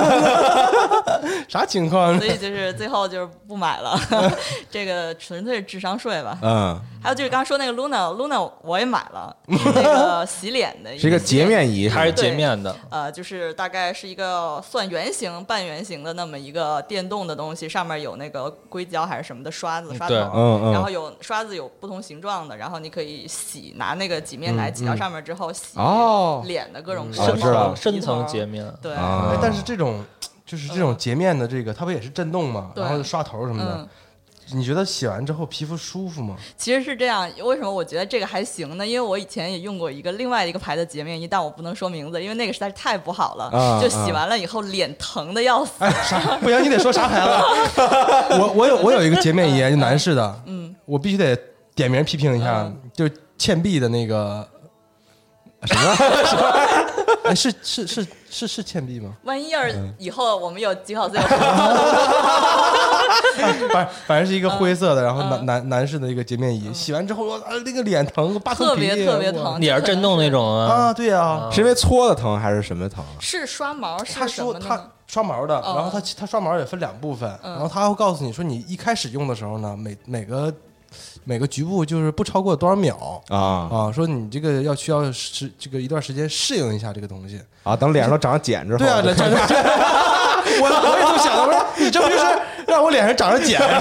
G: 啥情况
F: 所？以就是最后就是不 买了，这个纯粹是智商税吧。
D: 嗯，
F: 还有就是刚刚说那个 Luna，Luna 我也买 了，是那个洗脸的，
D: 是一个洁。面仪，
E: 它是
F: 对
E: 洁面的，
F: 呃，就是大概是一个算圆形、半圆形的那么一个电动的东西，上面有那个硅胶还是什么的刷子、刷头
E: 对
F: 儿，
D: 嗯嗯
F: 然后有刷子有不同形状的，然后你可以洗，拿那个挤面奶挤到上面之后洗
D: 嗯哦
F: 脸的各种
D: 哦
F: 深
D: 知道
F: 层
D: 了
E: 深层洁面。
F: 对，
D: 啊
G: 哎，但是这种就是这种洁面的这个，它不也是震动吗？
F: 嗯对
G: 然后刷头什么的
F: 嗯，，
G: 你觉得洗完之后皮肤舒服 吗？
F: 其实是这样，为什么我觉得这个还行呢？因为我以前也用过一个另外一个牌的洁面仪，但我不能说名字，因为那个实在是太不好了，
D: 啊
F: 就洗完了以后脸疼的要死。
G: 哎，啥？不行，你得说啥牌子？我我有我有一个洁面仪，就男士的，嗯，我必须得点名批评一下，
F: 嗯
G: 就倩碧的那个什么 什么哎，是是是是是倩碧吗？
F: 万一要是
D: 嗯
F: 以后我们有几好自由时，
G: 哎反反正是一个灰色的，然后
F: 嗯
G: 男男男士的一个洁面仪，洗完之后我啊那个脸疼，扒
F: 特
G: 层皮，
F: 别特别
G: 我
F: 疼，
E: 也是震动那种啊，
G: 啊！对啊，
D: 是因为搓的疼还是什么疼？
F: 是刷毛
G: 他
F: 是什
G: 说
F: 么呢哦嗯
G: 他？刷毛的，然后他他刷毛也分两部分，然后他会告诉你说你一开始用的时候呢，每每个每个局部就是不超过多少秒。
D: 啊
G: 啊，说你这个要需要时这个一段时间适应一下这个东西。
D: 啊！等脸上都长茧之后，
G: 对啊，这这这我我也这么想的，我说你这不就是让我脸上长着茧吗？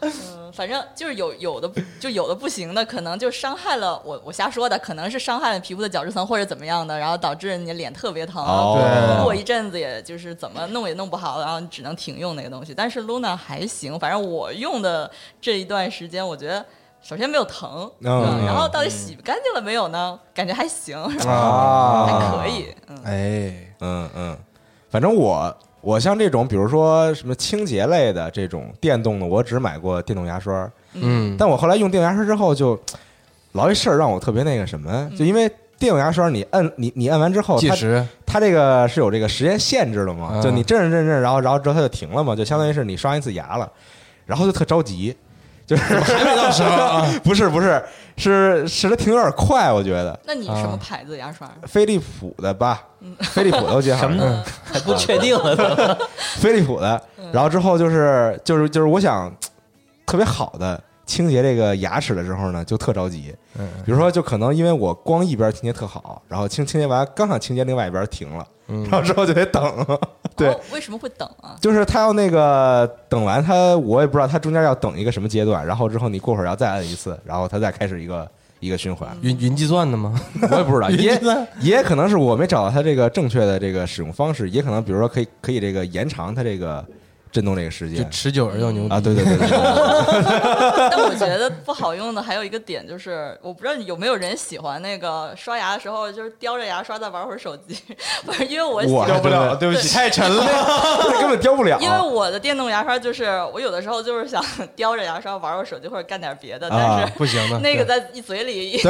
F: 嗯反正就是有有的不就有的不行的，可能就伤害了我我瞎说的，可能是伤害了皮肤的角质层或者怎么样的，然后导致你的脸特别疼。
D: 哦，
F: 过一阵子也就是怎么弄也弄不好，然后你只能停用那个东西。但是 Luna 还行，反正我用的这一段时间，我觉得首先没有疼，
D: 嗯
F: 然后到底洗干净了没有呢？感觉还行，
D: 啊，
F: 还可以， 嗯，
G: 哎，
D: 嗯，嗯，反正我我像这种，比如说什么清洁类的这种电动的，我只买过电动牙刷。
G: 嗯，
D: 但我后来用电动牙刷之后就，老一事儿让我特别那个什么，就因为电动牙刷你摁你你摁完之后，
G: 计
D: 它
G: 时
D: 它这个是有这个时间限制的嘛，
G: 嗯
D: 就你震震震震，然后然后之后它就停了嘛，就相当于是你刷一次牙了，然后就特着急，就是还没到时候 不是不是是是它停有点快，我觉得
F: 那你
D: 啊
F: 什么牌子牙刷？
D: 飞利浦的吧，飞利浦都接好
E: 什
D: 了。
E: 么还不确定了都。
D: 飞利浦的，然后之后就是就是就是我想特别好的，清洁这个牙齿的时候呢，就特着急。比如说，就可能因为我光一边清洁特好，然后清清洁完刚想清洁另外一边停了，然后之后就得等。对
F: 哦，为什么会等啊？
D: 就是他要那个等完他，我也不知道他中间要等一个什么阶段，然后之后你过会儿要再按一次，然后他再开始一个一个循
F: 嗯
D: 环。
G: 云云计算的吗？
D: 我也不知 道，
G: 云
D: 也
G: 计算
D: 也可能是我没找到它这个正确的这个使用方式，也可能比如说可以可以这个延长它这个震动这个时
G: 就
D: 间
G: 持久而又牛逼
D: 啊，对对对对对，
F: 但我觉得不好用的还有一个点就是，我不知道有没有人喜欢那个刷牙的时候就是叼着牙刷再玩会儿手机， 反正因为我喜
D: 我
F: 欢
D: 还。真的
G: 对不起，太沉了。
D: 这根本雕不了，
F: 因为我的电动牙刷就是，我有的时候就是想 叼着牙刷玩会儿手机或者干点别的，但
D: 啊
F: 是
G: 不行的
F: 那个
G: 对
F: 在一嘴 里，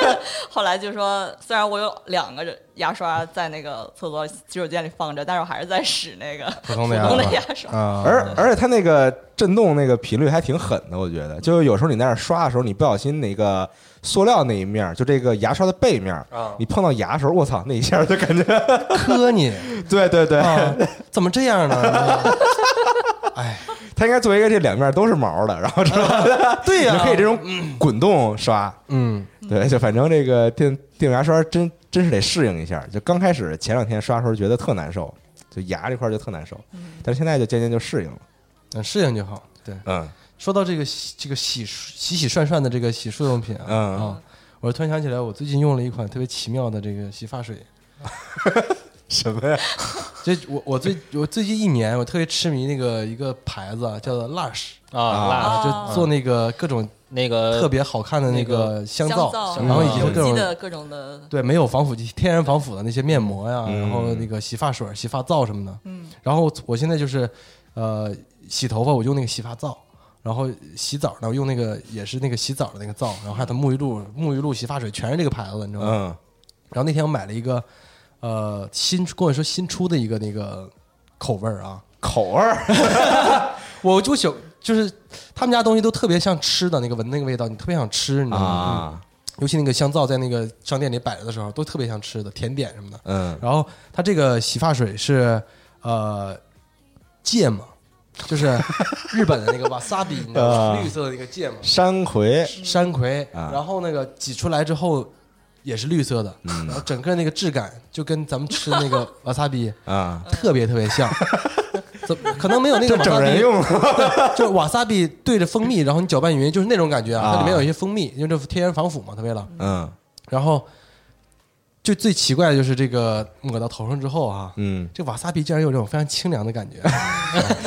F: 这后来就说，虽然我有两个牙刷在那个厕所洗手间里放着，但是我还是在使那个普
G: 普通
F: 通的
G: 的牙
F: 牙刷。
G: 啊，
D: 而而且它那个震动那个频率还挺狠的，我觉得，就是有时候你在那儿刷的时候，你不小心那个塑料那一面儿，就这个牙刷的背面儿，你碰到牙的时候，我操，那一下就感觉，
G: 磕你
D: 对 对对，
G: 啊，怎么这样呢？
D: 它应该作为一个这两面都是毛的，然后之后
G: 对呀
D: 你就可以这种滚动刷，
G: 嗯，
D: 对，就反正这个电电动牙刷真真是得适应一下。就刚开始前两天刷的时候觉得特难受，就牙这块儿就特难受，
F: 嗯
D: 但是现在就渐渐就适应了。
G: 嗯适应就好。对，
D: 嗯
G: 说到这个洗这个洗漱洗洗涮涮的这个洗漱用品啊，
D: 嗯
G: 啊，我突然想起来，我最近用了一款特别奇妙的这个洗发水。
D: 什么呀？
G: 这我我最我最近一年我特别痴迷那个一个牌子啊叫做 Lush
E: 啊，辣
F: 啊
G: 就做那个各种
E: 那个
G: 特别好看的那
E: 那
G: 个呃香
F: 皂
G: 皂，，然后以及它
F: 有
G: 各
F: 机
G: 种
F: 的各种的，
G: 对，没有防腐剂，天然防腐的那些面膜呀，
D: 嗯
G: 然后那个洗发水、洗发皂什么的。嗯，然后我现在就是，呃，洗头发我用那个洗发皂，然后洗澡呢我用那个也是那个洗澡的那个皂，然后还有它沐浴露、沐浴露、洗发水全是这个牌子的，你知道吗？
D: 嗯
G: 然后那天我买了一个，呃，新跟我说新出的一个那个口味儿啊，
D: 口味儿，
G: 我就想就是他们家东西都特别像吃的那个闻那个味道，你特别想吃，你知道吗？
D: 啊
G: 嗯尤其那个香皂在那个商店里摆着的时候，都特别像吃的甜点什么的。
D: 嗯
G: 然后它这个洗发水是呃芥末，就是日本的那个 wasabi，你知道吗？
D: 啊
G: 绿色的那个芥末，
D: 山葵，
G: 山葵。
D: 啊
G: 然后那个挤出来之后也是绿色的，
D: 嗯
G: 然后整个那个质感就跟咱们吃的那个 wasabi
D: 啊，
G: 特别特 别像。怎么可能没有那个 wasabi,
D: 整人用
G: 就是瓦萨比对着蜂蜜，然后你搅拌匀，就是那种感觉
D: 啊
G: 它里面有一些蜂蜜，因为这天然防腐嘛，它为了。
D: 嗯
G: 然后就最奇怪的就是这个抹到头上之后啊，
D: 嗯，
G: 这瓦萨比竟然有这种非常清凉的感觉，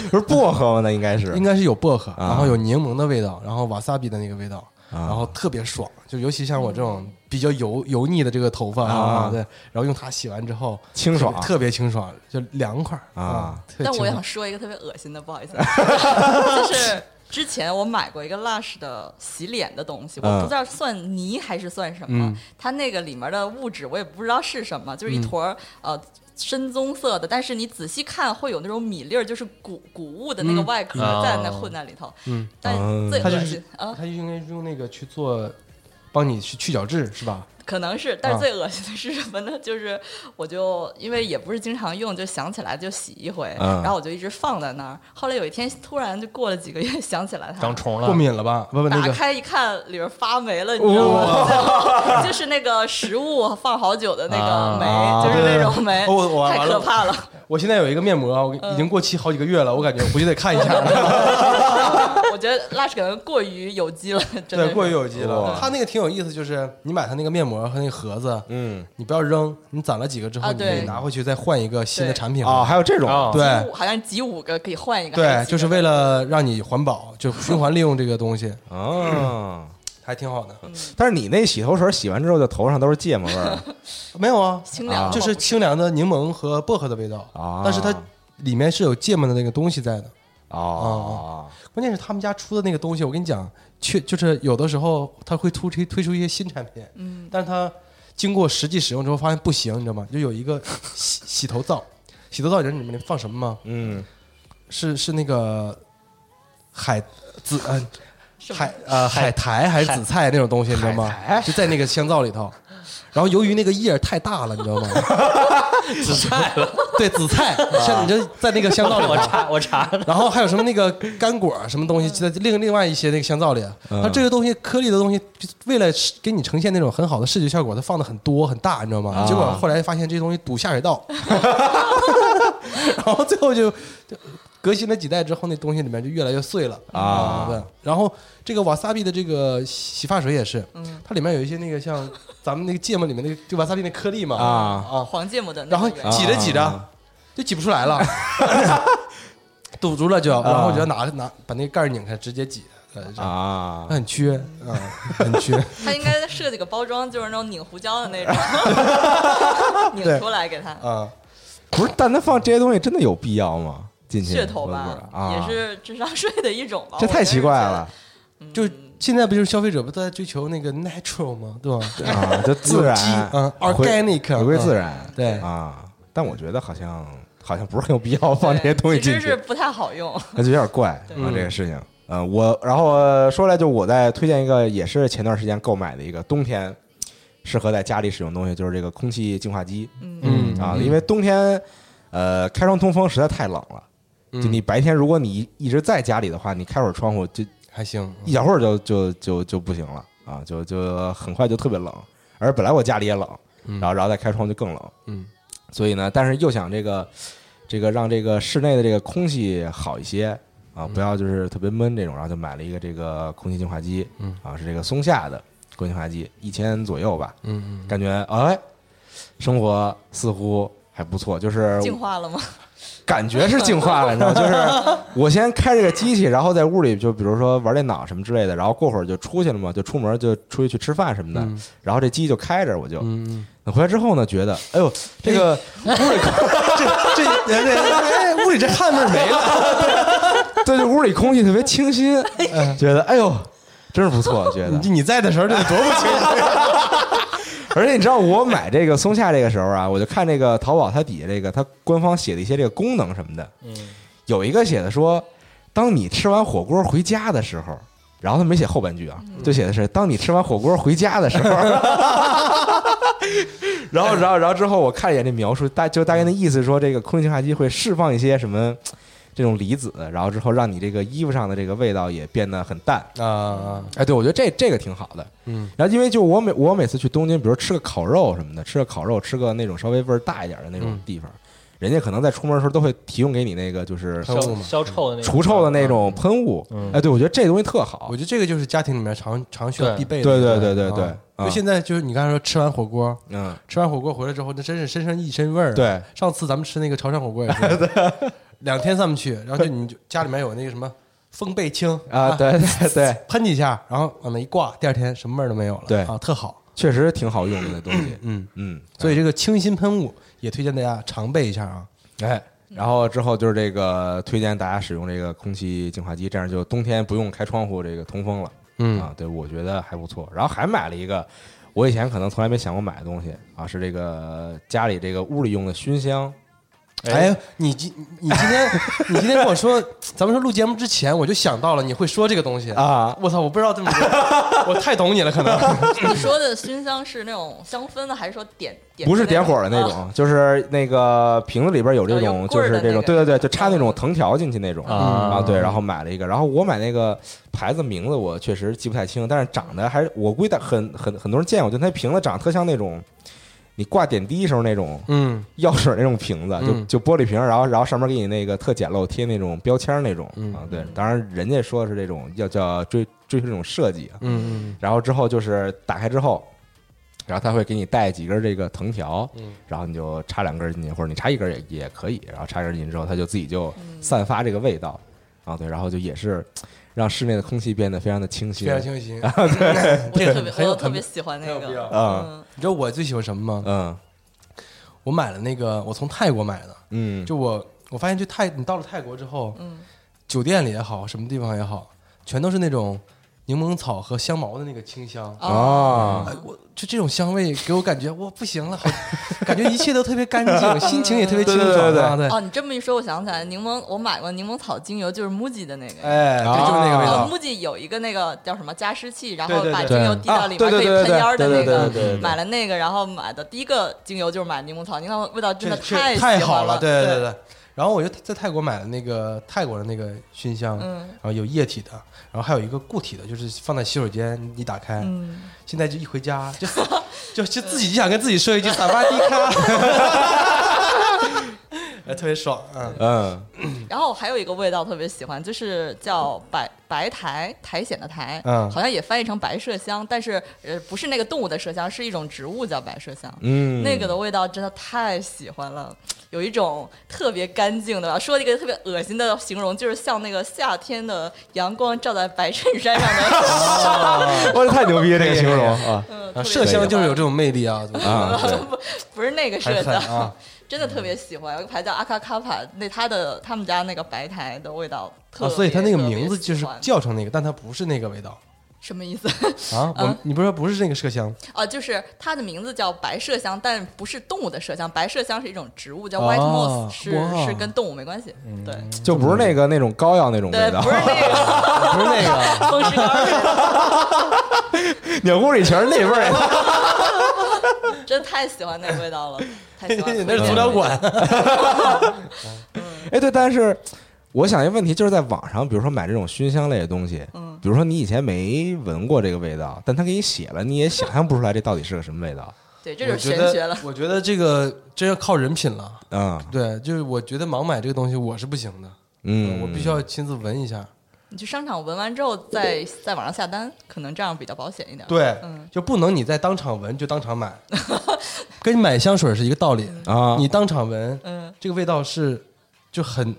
D: 不是薄荷吗？那应该是
G: 应该是有啊薄荷，然后有柠檬的味道，然后瓦萨比的那个味道。然后特别爽，就尤其像我这种比较油油腻的这个头发
D: 啊
G: 对，然后用它洗完之后
D: 清爽
G: 特别特别清爽，就凉快
D: 啊。
G: 特别
F: 但
G: 清
F: 我
G: 爽
F: 想说一个特别恶心的，不好意思，啊 就是之前我买过一个 Lush 的洗脸的东西，我
D: 嗯
F: 不知道算泥还是算什么，
G: 嗯
F: 它那个里面的物质我也不知道是什么，就是一坨儿、呃。深棕色的，但是你仔细看会有那种米粒儿，就是谷谷物的那个外壳
E: 嗯
F: 在那
E: 哦
F: 混在里头。
G: 嗯，
F: 但
D: 嗯
F: 最
G: 它就
F: 恶
G: 是
F: 心啊，
G: 它就应该用那个去做，帮你去去角质是吧？
F: 可能是，但
G: 啊
F: 是最恶心的是什么呢？就是我就因为也不是经常用，就想起来就洗一回，
D: 嗯
G: 啊
F: 然后我就一直放在那儿。后来有一天突然就过了几个月，想起来 它
E: 长。虫了，
G: 过敏了吧？啊不不，那
F: 打
G: 个
F: 开一看，里边发霉了，你知道吗？ 就是那个食物放好久的那个霉，
D: 啊
F: 就是那种霉，
G: 我我
F: 太
G: 完
F: 可
G: 了
F: 怕了。
G: 我现在有一个面膜，啊我已经过期好几个月了，我感觉我回去得看一下。
F: 我觉得 Lush 可能过于有机了，真的
G: 对，
F: 是
G: 过于有机了
D: 哇。
G: 它那个挺有意思，就是你买它那个面膜和那个盒子，
D: 嗯
G: 你不要扔，你攒了几个之后，
F: 啊
G: 你可以
F: 对
G: 拿回去再换一个新的
F: 对
G: 产品
D: 啊，还有这种
E: 啊，
G: 对
F: 五好像几五个可以换一个，还
G: 对，
F: 几
G: 就是
F: 个
G: 为了让你环保，就循环利用这个东西，
D: 啊。
G: 还挺好的。
F: 嗯
D: 但是你那洗头水洗完之后，就头上都是芥末味 儿
G: 没有啊，
F: 清凉，
G: 就是清凉的柠檬和薄荷的味道
D: 啊
G: 但是它里面是有芥末的那个东西在的。
D: 哦，
G: 关键是他们家出的那个东西，我跟你讲，确就是有的时候他会突推推出一些新产品，嗯，但是他经过实际使用之后发现不行，你知道吗？就有一个洗洗头皂，洗头皂你知道里面放什么吗？
D: 嗯，
G: 是是那个海紫呃
F: 什么
G: 海呃海苔还是紫菜那种东西，你知道吗？就在那个香皂里头，然后由于那个叶儿太大了，你知道吗？
E: 紫菜 了，
G: 对紫菜，像你就在那个香皂里
E: 我
G: 放
E: 查我查了，
G: 然后还有什么那个干果儿啊什么东西，就在另另外一些那个香皂里，啊它这个东西颗粒的东西，为了给你呈现那种很好的视觉效果，它放的很多很大，你知道吗？结果后来发现这东西堵下水道，然后最后就就革新了几代之后，那东西里面就越来越碎了嗯
D: 啊
G: 对，然后这个瓦萨比的这个洗发水也是，它里面有一些那个像咱们那个芥末里面那个就瓦萨比那颗粒嘛
D: 啊
G: 啊，
F: 黄芥末的那
G: 然后
F: 个原理。
G: 挤着挤着就挤不出来 了，堵住了就，然后我就要拿拿把那个盖儿拧开，直接挤，呃，这样
D: 啊
G: 很缺啊，很 缺。
F: 它应该设计个包装，就是那种拧胡椒的那种，拧出来给它
G: 啊，
D: 不是，但他放这些东西真的有必要吗？进去
F: 噱头
D: 我
F: 吧
D: 不，啊，
F: 也是智商税的一种吧。
D: 这太奇怪了
G: 就现在不就是消费者不都在追求那个 natural 吗？对吧？
D: 啊， 就自然
G: 啊
D: 回
G: ，organic
D: 回归
G: 啊
D: 自然，
G: 对
D: 啊。但我觉得好像好像不是很有必要
F: 我
D: 放这
F: 觉得是这样
D: 些东西
F: 对
D: 进
F: 其
D: 去
F: 实是，不太好用。
D: 那就有点怪啊
G: 嗯
D: 这个事情。呃，我然后呃说来就我再推荐一个，也是前段时间购买的一个冬天适合在家里使用的东西，就是这个空气净化机
G: 嗯
D: 啊，因为冬天呃开窗通风实在太冷了，
G: 嗯
D: 就你白天如果你一直在家里的话，你开会儿窗户就
G: 还行，
D: 一小会儿就就就就不行了啊，就就很快就特别冷，而本来我家里也冷，然后然后再开窗就更冷，
G: 嗯，
D: 所以呢，但是又想这个这个让这个室内的这个空气好一些啊，
G: 嗯
D: 不要就是特别闷这种，然后就买了一个这个空气净化机，
G: 嗯
D: 啊，是这个松下的空气净化机，一千左右吧，
G: 嗯
D: 感觉哎，生活似乎还不错，就是
F: 净化 了吗？
D: 感觉是净化了，你知道，就是我先开这个机器，然后在屋里就比如说玩电脑什么之类的，然后过会儿就出去了嘛，就出门就出去去吃饭什么的，然后这机就开着，我就、
G: 嗯，
D: 回来之后呢，觉得哎呦，这个
G: 这这这哎，屋里 这汗味儿没了，
D: 对这屋里空气特别清新，觉得哎呦，真是不错，觉得
G: 你。你在的时候这得多不清楚。
D: 而且你知道我买这个松下这个时候啊，我就看这个淘宝它底下这个它官方写的一些这个功能什么的，嗯，有一个写的说，当你吃完火锅回家的时候，然后它没写后半句啊，就写的是当你吃完火锅回家的时候。然后，然后，然后之后，我看了一眼这描述，大就大概那意思说，这个空气净化机会释放一些什么这种离子，然后之后让你这个衣服上的这个味道也变得很淡。
G: 啊，
D: 哎，对，我觉得这这个挺好的。
G: 嗯，
D: 然后因为就我每我每次去东京，比如吃个烤肉什么的，吃个烤肉，吃个那种稍微味儿大一点的那种
G: 嗯
D: 地方，人家可能在出门的时候都会提供给你那个就是
G: 喷雾
E: 消
G: 嘛
E: 消臭的那种
D: 除臭的那种喷雾。
E: 嗯
D: 哎，对，我觉得这东西特好
G: 我。觉得这个就是家庭里面常常需要
E: 对
G: 必备的。
D: 对对对对对
G: 啊
D: 啊
G: 就现在就是你刚才说吃完火锅，
D: 嗯，
G: 吃完火锅回来之后，那真是身上一身味儿。
D: 对，
G: 上次咱们吃那个潮汕火锅也 是，两天三不去，然后就你就家里面有那个什么风贝清
D: 啊，，对 对对，
G: 喷几下，然后往那一挂，第二天什么味儿都没有了，
D: 对
G: 啊，特好。
D: 确实挺好用的那东西。
G: 嗯，
D: 嗯，
G: 所以这个清新喷雾也推荐大家常备一下啊。
D: 哎，然后之后就是这个推荐大家使用这个空气净化机，这样就冬天不用开窗户这个通风了。
G: 嗯
D: 啊，对，我觉得还不错。然后还买了一个，我以前可能从来没想过买的东西啊，是这个家里这个屋里用的熏香。
G: 哎，你今你今天 你今天跟我说，咱们说录节目之前，我就想到了你会说这个东西
D: 啊！
G: 我操，我不知道这么多， 我太懂你了，可能。
F: 你说的熏香是那种香氛的，还啊是说点点？
D: 不是点火的那 种，。就是那个瓶子里边有这
F: 哦有
D: 种，就
F: 棍儿
D: 是
F: 的
D: 这种，
F: 那个
D: 对对对，就插那种藤条进去那种
E: 啊
D: 对，然后买了一个，然后我买那个牌子名字我确实记不太清，但是长得还是我估计大很很很多人见过，就那瓶子长得特像那种你挂点滴时候那种
G: 嗯
D: 药水那种瓶子，
G: 嗯
D: 就就玻璃瓶，然后然后上面给你那个特简陋贴那种标签那种、
G: 嗯
D: 啊，对，当然人家说是这种要叫追追求这种设计啊，
G: 嗯
D: 然后之后就是打开之后，然后他会给你带几根这个藤条，
G: 嗯
D: 然后你就插两根进去，或者你插一根也也可以，然后插一根进去之后，它就自己就
G: 嗯
D: 散发这个味道啊，对，然后就也是让室内的空气变得非常的清
G: 嗯，
D: 新
G: 非，常清
D: 啊
G: 新。
F: 我特别，
G: 很有
F: 我特别
G: 很
F: 喜欢那
G: 很有必要
F: 个。
D: 嗯
F: 嗯，
G: 你知道我最喜欢什么吗？
D: 嗯
G: 我买了那个，我从泰国买的。
D: 嗯，
G: 就我我发现，就泰你到了泰国之后，酒店里也好，什么地方也好，全都是那种柠檬草和香茅的那个清香。
F: 哦
D: 啊，
G: 哎，我就这种香味给我感觉，哇，不行了，好，感觉一切都特别干净，心情也特别清爽
D: 对对对
G: 啊，对，
F: 哦，你这么一说，我想起来，柠檬我买过柠檬草精油，就是 MUJI 的那个。
G: 哎，
D: 啊
G: 对，就是那个味
F: 哦
G: 道，
F: ，MUJI 有一个那个叫什么加湿器，然
G: 对
F: 后
G: 对
F: 把
G: 对
F: 精油滴到里面
D: 啊对
F: 可
D: 对
F: 以
D: 对
F: 喷烟儿的
D: 对
F: 那
D: 对
F: 个
D: 对对对，
F: 买了那个，然后买的第一个精油就是买柠檬草，柠檬草味道真的
G: 这
F: 太
G: 这
F: 喜欢
G: 太好
F: 了，
G: 对
F: 对
G: 对对。然后我就在泰国买了那个泰国的那个熏香，
F: 嗯
G: 然后有液体的，然后还有一个固体的，就是放在洗手间一打开，
F: 嗯，
G: 现在就一回家 就就就自己就想跟自己说一句“萨瓦迪卡”，哎，特别爽，嗯，
D: 嗯
F: 然后还有一个味道特别喜欢，就是叫白白苔苔藓的苔，
G: 嗯
F: 好像也翻译成白麝香，但是呃不是那个动物的麝香，是一种植物叫白麝香。
D: 嗯，
F: 那个的味道真的太喜欢了，有一种特别干净的吧。说一个特别恶心的形容，就是像那个夏天的阳光照在白衬衫上的
D: 哇，这太牛逼了，这个形容
G: 可
D: 啊，
F: 嗯，
G: 啊，
F: 特别
G: 麝香就是有这
F: 喜
G: 种魅力啊，
D: 啊对
F: 欢不不是那个
G: 还
F: 麝
G: 是很
F: 香，
G: 啊，
F: 真的特别喜欢。有个牌叫阿卡卡帕，那他的他们家那个白苔的味道特别，
G: 啊，所以它那个
F: 特别
G: 名字就
F: 喜
G: 是
F: 欢
G: 叫成那个，但它不是那个味道
F: 什么意思？
G: 啊。我
F: 啊
G: 你不是说不是那个麝香
F: 啊，就是它的名字叫白麝香，但不是动物的麝香，白麝香是一种植物，叫
G: 哦
F: white moss，、是
G: 哇嗯
F: 是跟动物没关系。对
D: 就不是那个那种膏药那种
F: 对
D: 味，道
F: 不，是那
G: 不是那
F: 个
G: 个，
F: 风湿膏 儿，
D: 鸟屋里全是那味儿。
F: 真太喜欢那个味道了，太喜欢了。
G: 那是足疗馆。
D: 哎，对，但是我想一个问题，就是在网上，比如说买这种熏香类的东西，
F: 嗯
D: 比如说你以前没闻过这个味道，但他给你写了，你也想象不出来这到底是个什么味道。
F: 对，这就是
G: 我觉
F: 玄
G: 得
F: 学了。
G: 我觉得这个真要靠人品了。
D: 嗯
G: 对，就是我觉得盲买这个东西我是不行的，
D: 嗯，
G: 我必须要亲自闻一下。
F: 你去商场闻完之后，再在网上下单，可能这样比较保险一点。，
G: 对，
F: 嗯
G: 就不能你在当场闻就当 场买，跟你买香水是一个道理。
D: 啊，
G: 你当场闻，
F: 嗯，
G: 这个味道是就很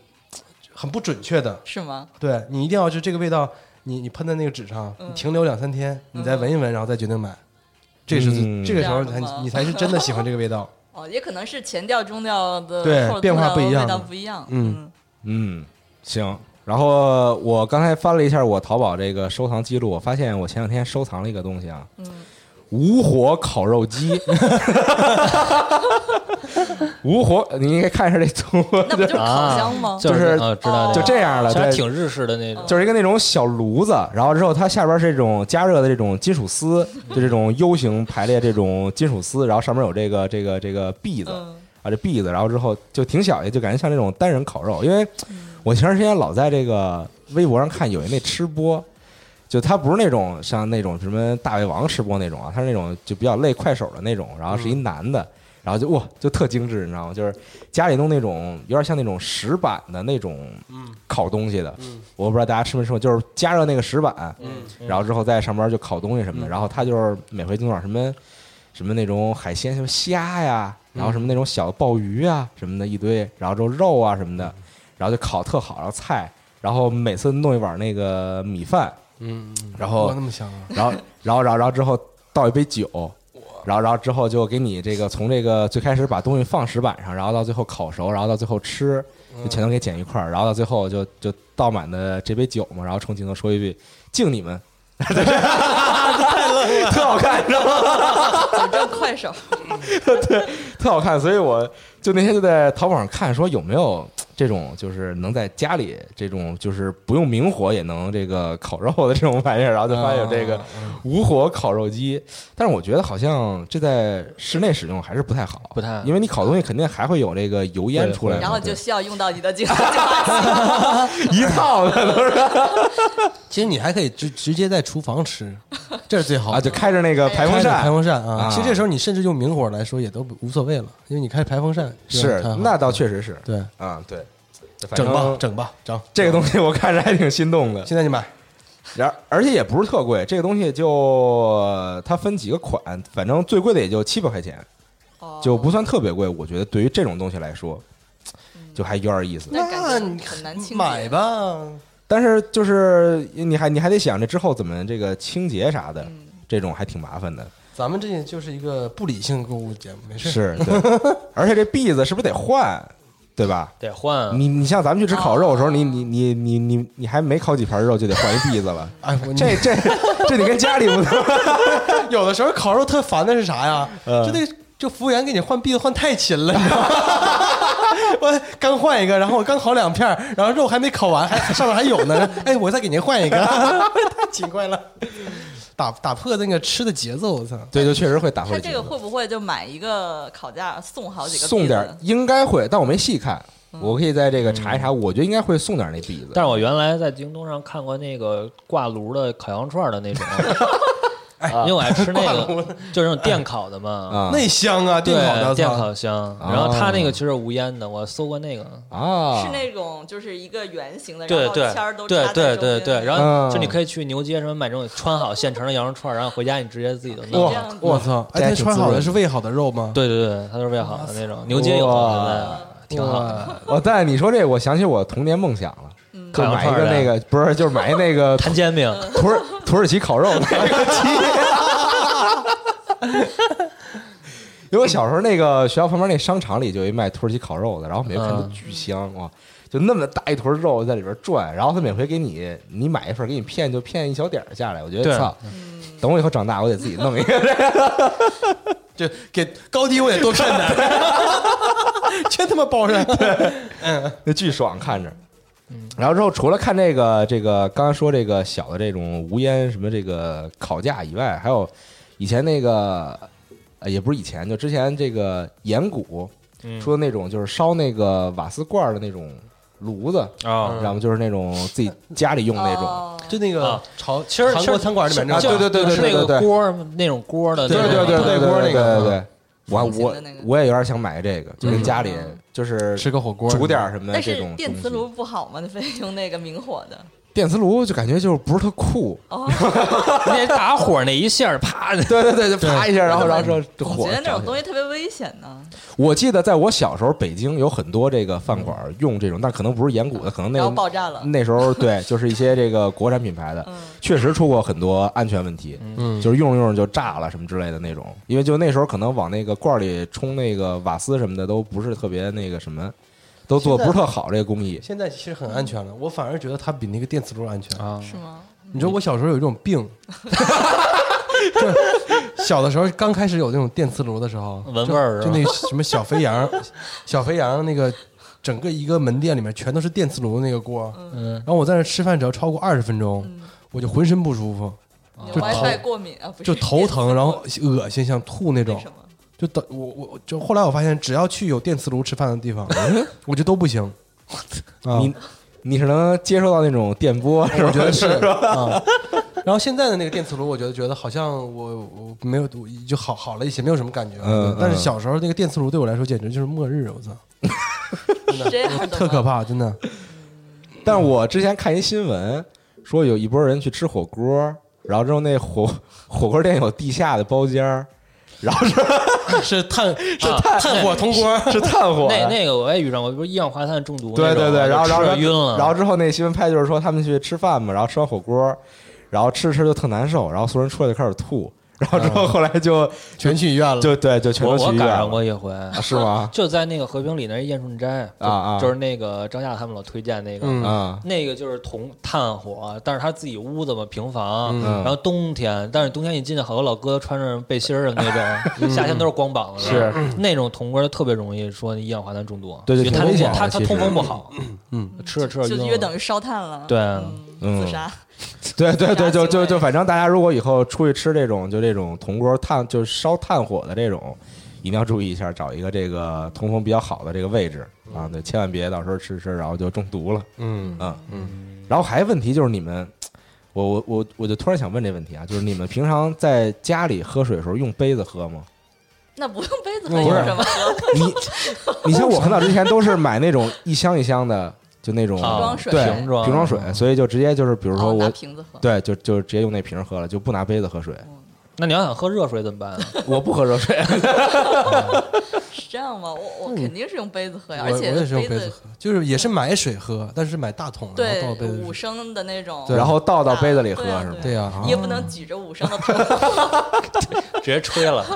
G: 很不准确的。
F: 是吗？
G: 对你一定要就这个味道，你你喷在那个纸上，
F: 嗯
G: 你停留两三天，你再闻一闻，然后再决定买。这是最
D: 嗯
G: 这个时候
F: 这
G: 才
F: 样的吗
G: 你才是真的喜欢这个味道。
F: 哦，也可能是前调、中调的
G: 对
F: 后
G: 变化
F: 中调
G: 不一样
F: 味道不一样。
G: 嗯
F: 嗯，
D: 嗯，行。然后我刚才翻了一下我淘宝这个收藏记录，我发现我前两天收藏了一个东西啊，
F: 嗯
D: 无火烤肉 鸡，无火，你应该看一下这图，
F: 那哎不就是烤箱吗？
D: 就
E: 就是
D: 是
E: 啊知道
D: 就这样了，
E: 其实还
D: 对，
E: 挺日式的那种，
F: 嗯
D: 就是一个那种小炉子，然后之后它下边是这种加热的这种金属丝，就这种 U 型排列这种金属丝，然后上面有这个这个这个篦子
F: 嗯
D: 啊，这篦子，然后之后就挺小的，就感觉像那种单人烤肉。因为我前段时间老在这个微博上看有一那吃播，就他不是那种像那种什么大胃王吃播那种啊，他是那种就比较累快手的那种，然后是一男的。然后就哇，就特精致，你知道吗？就是家里弄那种有点像那种石板的那种
G: 嗯
D: 烤东西的，
G: 嗯
D: 我不知道大家吃没吃过，就是加热那个石板，
G: 嗯，
D: 然后之后在上面就烤东西什么的。
G: 嗯
D: 然后他就是每回弄点什么什么那种海鲜，什么虾呀，
G: 嗯
D: 然后什么那种小鲍鱼啊什么的一堆，然后之后肉啊什么的，
G: 嗯
D: 然后就烤特好，然后菜，然后每次弄一碗那个米饭，
G: 嗯，
D: 然后
G: 哇那么香啊！
D: 然后，然后，然后，然后之后倒一杯酒，然后，然后之后就给你这个从这个最开始把东西放石板上，然后到最后烤熟，然后到最后吃，就全都给剪一块儿，然后到最后就就倒满的这杯酒嘛，然后冲镜头说一句“敬你们”， 太冷了，特好看，你知道吗？
G: 啊
F: 保证快 手。
D: 特好看，所以我就那天就在淘宝上看，说有没有这种就是能在家里这种就是不用明火也能这个烤肉的这种玩意儿，然后就发现有这个
G: 啊
D: 无火烤肉机，但是我觉得好像这在室内使用还是不太好，
E: 不太
D: 因为你烤东西肯定还会有这个油烟
E: 对
D: 出来嘛，
F: 然后就
D: 对
F: 需要用到你的 精油。
D: 一套的都是
G: 其实你还可以直直接在厨 房吃，这是最好的
D: 啊，就开着那个排
G: 开
D: 风
G: 着
D: 扇
G: 排，风扇啊
D: 啊。
G: 其实这时候你甚至用明火来说也都无所谓了，因为你开排风扇
D: 是那倒确实是
G: 对，
D: 啊，对，反
G: 整吧
D: 正
G: 整吧整嗯
D: 这个东西我看着还挺心动的，
G: 现在就买，
D: 然而且也不是特贵，这个东西就呃它分几个款，反正最贵的也就七百块钱，
F: 哦
D: 就不算特别贵。我觉得对于这种东西来说，
F: 嗯
D: 就还有点意思。
F: 但感觉
G: 你
F: 很难清洁
G: 买吧。
D: 但是就是你还你还得想这之后怎么这个清洁啥的，
F: 嗯
D: 这种还挺麻烦的。
G: 咱们 这就是一个不理性购物节目，没事。
D: 是，对而且这篦子是不是得换？对吧？
E: 得换。啊
D: 你你像咱们去吃烤肉的时候，
F: 哦
D: 你你你你你你还没烤几盘肉就得换一鼻子 了，
G: 哎，我
D: 这这这你跟家里不能
G: 有的时候烤肉特烦的是啥呀？
D: 嗯
G: 就那个就服务员给你换币子换太勤了，你知道吗？ 我刚换一个，然后我刚烤两片儿，然后肉还没烤完，还上面还有呢。 哎，我再给您换一个， 太勤快了，打打破那个吃的节奏。我操！
D: 对，就确实会打
F: 他
D: 会
F: 这个会不会就买一个烤架送好几个？嗯
D: 送点儿，应该会，但我没细看，我可以在这个查一查，我觉得应该会送点儿那鼻子。
E: 嗯但是我原来在京东上看过那个挂炉的烤羊串的那 种，
D: 哎
E: 啊因为我爱吃那
G: 挂炉
E: 个，就是那种电烤的嘛，
D: 啊
G: 那香啊，
E: 对
G: 电烤的，我，
E: 电
G: 操
E: 烤箱。
D: 哦
E: 然后它那个其实是无烟的，我搜过那个，
D: 啊，
F: 是那种就是一个圆形的，
E: 对
F: 然后
E: 对
F: 签儿都
E: 对
F: 插在
E: 对
F: 中间
E: 对对，然后
D: 嗯
E: 就你可以去牛街什么买这种穿好现成的羊肉串，然后回家你直接自己就弄
F: 这。样
G: 哇
F: 子，
G: 我操！
D: 这
G: 哎，那
D: 挺
G: 穿
D: 滋
G: 好的
D: 润
G: 是喂好的肉吗？
E: 对对对，它都是喂好的那种，牛街有
D: 哇
E: 的，现在挺好的。
D: 我但你说这，我想起我童年梦想了，
F: 嗯
D: 就买一个那个，不是，就是买一那 个
E: 摊煎饼，
D: 土耳土耳其烤肉那个鸡。 因为我小时候那个学校旁边那商场里就有一卖土耳其烤肉的，然后每回看都
E: 嗯
D: 巨香哇，就那么大一坨肉在里边转，然后他每回给你你买一份给你骗就骗一小点儿下来，我觉得
E: 对
D: 操，等我以后长大我得自己弄一 个，
G: 就给高低我得多骗点， 全他妈包上。
E: 啊
D: 那巨爽看着。然后之后，除了看这个这个刚才说这个小的这种无烟什么这个烤架以外，还有以前那个呃也不是以前，就之前这个盐谷
E: 嗯
D: 出的那种就是烧那个瓦斯罐儿的那种炉子，
E: 啊
D: 然后就是那种自己家里用的那种，
F: 哦
D: 嗯
G: 就那个
E: 啊
G: 朝
E: 其实
G: 韩国餐馆里面那
D: 啊
G: 个
D: 对对对对
E: 是
D: 对
E: 那
D: 对
E: 个锅儿那种锅儿的那种，
D: 对对
G: 对锅那
D: 对
G: 个
D: 对对。我还
F: 重型
D: 我
F: 的那个
D: 我也有点想买这个，就跟
G: 嗯
D: 家里就是
G: 吃个火锅，
D: 煮点儿什么的
F: 但
D: 这
F: 是
D: 种
F: 电磁
D: 东西
F: 炉，不好吗？你 非得用那个明火的？
D: 电磁炉就感觉就是不是特酷，
F: 哦，
E: 那打火那一下儿 啪，
D: 对对对，就啪一下，然后然后说就
F: 我
D: 火
F: 觉得那
D: 着
F: 种
D: 起
F: 东
D: 来
F: 西特别危险呢。
D: 我记得在我小时候，北京有很多这个饭馆用这种，但可能不是盐谷的，可能
F: 然后
D: 那
F: 爆炸 了，
D: 那时 候对，就是一些这个国产品牌的，
F: 嗯，
D: 确实出过很多安全问题，
G: 嗯
D: 就是用着用着就炸了什么之类的那种。因为就那时候可能往那个罐儿里冲那个瓦斯什么的，都不是特别那个什么，都做得不是特好这个工艺。
G: 现在其实很安全了，我反而觉得它比那个电磁炉安全。
E: 啊，
F: 是吗？
G: 你知道我小时候有一种病，就小的时候刚开始有那种电磁炉的时候，
E: 闻味儿
G: 就是就
E: 吧
G: 那什么小肥羊，小肥羊那个整个一个门店里面全都是电磁炉的那个锅，
E: 嗯
G: 然，后我在那吃饭只要超过二十分钟，
F: 嗯
G: 我就浑身不舒服，
F: 你
G: 就
F: WiFi 过敏啊？不是，
G: 就头疼，然后
F: 电
G: 恶心想吐
F: 磁炉为
G: 那种
F: 什。么？
G: 就等我我就后来我发现，只要去有电磁炉吃饭的地方，我就都不 行。啊
D: 你你是能接受到那种电波，是
G: 我
D: 吧
G: 觉得是啊。然后现在的那个电磁炉，我觉得觉得好像我我没有我就好好了一些，没有什么感觉。
D: 嗯
G: 对但是
D: 嗯
G: 小时候那个电磁炉对我来说简直就是末日，我操，
F: 这样的
G: 特可
F: 吗。
G: 怕，真的。
D: 但我之前看一新闻，说有一波人去吃火锅，然后之后那火 火锅店有地下的包间儿，然后是啊
G: 是 炭是
E: 炭
G: 炭火铜锅，
D: 是炭火的
E: 那那个我也遇上过，不是一氧化碳中毒
D: 对
E: 那种，啊
D: 对对，然后然后
E: 吃得晕了，
D: 然后之后那新闻拍就是说他们去吃饭嘛，然后吃完火锅，然后吃着吃着就特难受，然后所有人出来就开始吐，然后之后后来就
G: 全去医院了。
D: 就对就全
E: 我
D: 都去
E: 我
D: 医
E: 赶
D: 院
E: 上
D: 了，
E: 过一回，
D: 啊是吗？
E: 就在那个和平里那儿燕顺斋就
D: 啊啊
E: 就是那个张夏他们老推荐那个。
G: 嗯
D: 啊
E: 那个就是铜炭火，但是他自己屋子嘛，平房，
G: 嗯
E: 然后冬天，但是冬天一进去，好多老哥穿着背心儿什么那 种，夏天都是光膀子，
D: 嗯是
E: 那种铜锅特别容易说一氧化碳中毒，
D: 对对
E: 因为它
D: 挺危险的
E: 它它
D: 其实
E: 通风不好，
G: 嗯，
E: 吃着吃着
F: 就
E: 晕
F: 约
E: 了
F: 等于烧炭了，
E: 对
G: 啊
F: 嗯，自杀。
D: 对对对，就
F: 行
D: 就
F: 为
D: 就反正大家如果以后出去吃这种就这种铜锅炭就是烧炭火的这种，一定要注意一下，找一个这个通风比较好的这个位置啊，对，千万别到时候吃吃然后就中毒了。
G: 嗯
D: 嗯，嗯，然后还有问题就是你们，我我我我就突然想问这问题啊，就是你们平常在家里喝水的时候用杯子喝吗？
F: 那不用杯子
G: 不
F: 喝
G: 是
F: 有什么喝？
D: 你你像我很早之前都是买那种一箱一箱的，就那种
E: 啊
F: 瓶装水
D: 对
E: 瓶装嗯
D: 瓶装水，所以就直接就是比如说
F: 哦拿
D: 我
F: 瓶子喝。
D: 对就就直接用那瓶喝了，就不拿杯子喝水。
E: 那你要想喝热水怎么办啊？
D: 我不喝热水，
F: 是这样吗？我我肯定是用杯子喝呀，
G: 我
F: 而且
G: 我也是用杯
F: 杯
G: 子喝，就是也是买水喝，但是买大桶，然后
F: 对
G: 倒杯子
F: 五
G: 里。
F: 升的那种，
D: 然后倒到杯子里喝
F: 对啊
D: 是吗？哦
G: 对呀，
F: 你也不能举着五升的桶，
E: 直接吹了，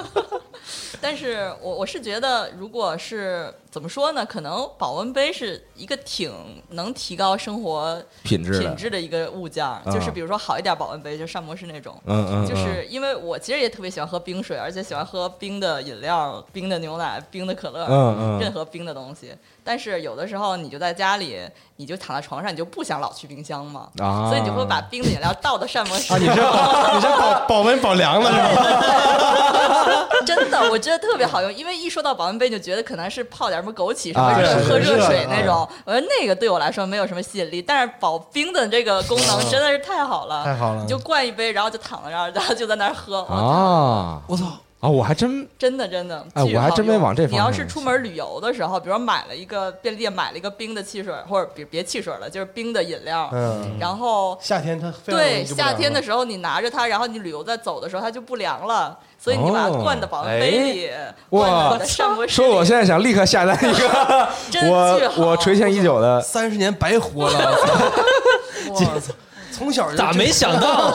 F: 但是我我是觉得，如果是怎么说呢？可能保温杯是一个挺能提高生活
D: 品质的
F: 品质的一个物件儿，
D: 啊
F: 就是比如说好一点保温杯，就膳魔师那种。
D: 嗯嗯，
F: 就是因为我其实也特别喜欢喝冰水，而且喜欢喝冰的饮料、冰的牛奶、冰的可乐，
D: 嗯嗯
F: 任何冰的东西。但是有的时候你就在家里，你就躺在床上，你就不想老去冰箱嘛，
D: 啊
F: 所以你就会把冰的饮料倒到膳魔室。
G: 啊你是保你是保保温保凉的是吧？
F: 真的，我觉得特别好用，因为一说到保温杯，就觉得可能是泡点什么枸杞什么
D: 啊
F: 热、
D: 是
F: 喝
D: 是
F: 热
G: 是
F: 水那种。我觉得那个对我来说没有什么吸引力，但是保冰的这个功能真的是太好了，
G: 太好了
F: 你就灌一杯，然后就躺在那儿，然后就在那儿喝。哇
D: 啊
G: 我操！
D: 啊，我还真
F: 真的真的，
D: 哎
F: 巨
D: 我还
F: 好
D: 真没
F: 用
D: 往这方
F: 你要
D: 面
F: 是
D: 想
F: 出门旅游的时候，比如说买了一个便利店买了一个冰的汽水，或者别别汽水了，就是冰的饮料，
G: 嗯，
F: 然后
G: 夏天它非要
F: 对
G: 啊你就不
F: 夏天的
G: 凉
F: 时候你拿着它，然后你旅游在走的时候它就不凉了，所以你把它
D: 哦
F: 灌到保
G: 哎
F: 温杯里，灌到
D: 哇
F: 你的膳魔！室
D: 说
F: 里
D: 我现在想立刻下单一个
F: 真巨好
D: 我我垂涎已久的
G: 了三十年白活了， 我操！我操 从小 就
E: 咋没想到？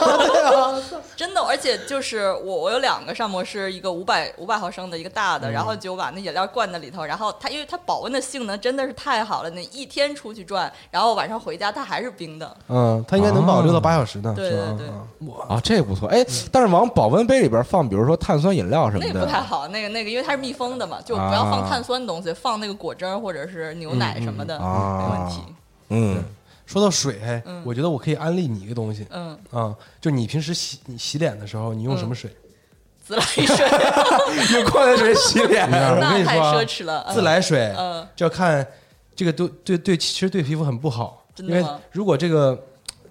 F: 真的，而且就是我，我有两个膳魔师，一个五百五百毫升的，一个大的，然后
G: 嗯
F: 就把那饮料灌在里头，然后它因为它保温的性能真的是太好了，你一天出去转，然后晚上回家它还是冰的，
G: 嗯，它应该能保六到八小时呢。
F: 对
G: 是吧
F: 对对
G: 嗯我
D: 啊，这不错哎，但是往保温杯里边放，比如说碳酸饮料什
F: 那
D: 么
F: 个不太
D: 的，
F: 好，那个那个因为它是密封的嘛，就不要
D: 啊
F: 放碳酸的东西，放那个果汁儿或者是牛奶什么的，
D: 嗯啊
F: 没问题。
D: 嗯
G: 说到水，嘿
F: 嗯
G: 我觉得我可以安利你一个东西
F: 嗯，
G: 啊，就你平时洗你洗脸的时候，你用什么水？
F: 自来水
D: 用矿泉水洗脸
G: 你看我跟
F: 那
G: 你
F: 太
G: 说啊
F: 奢侈了，嗯
G: 自来水
F: 嗯
G: 就要看这个对对对，其实对皮肤很不好，
F: 真
G: 因
F: 的
G: 为
F: 吗
G: 如果这个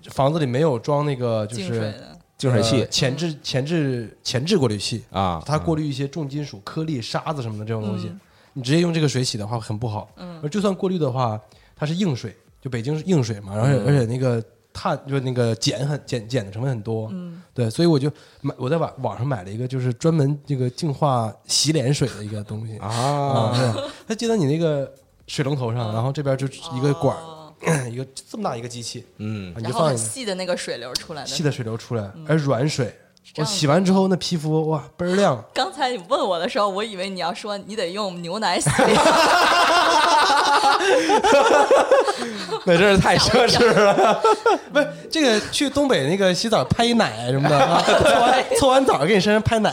G: 房子里没有装那个就
F: 净水
G: 是
F: 的，嗯
D: 净水器
G: 呃前置前置前置过滤器
D: 啊
G: 它过滤一些重金属、颗粒、沙子什么的这种东西，
F: 嗯
G: 你直接用这个水洗的话很不好。嗯，就算过滤的话，它是硬水，就北京是硬水嘛，然后
D: 嗯
G: 而且那个碳就是那个碱很碱碱的成分很多。嗯，对，所以我就买我在网网上买了一个就是专门这个净化洗脸水的一个东西
D: 啊，
G: 对它接到你那个水龙头
F: 哦
G: 上，然后这边就是一个管儿， 一个这么大一个机器，
D: 嗯
G: 啊，你
F: 然
G: 就
F: 后
G: 放
F: 很
G: 进去
F: 细的那个水流出来
G: 细
F: 的。嗯
G: 的水流出来，而软水，
F: 这样
G: 我洗完之后那皮肤哇倍儿亮，
F: 刚才你问我的时候，我以为你要说你得用牛奶洗。
D: 那真是太奢侈了。
G: 不是这个去东北那个洗澡拍一奶什么的，啊搓完搓完澡给你身上拍奶，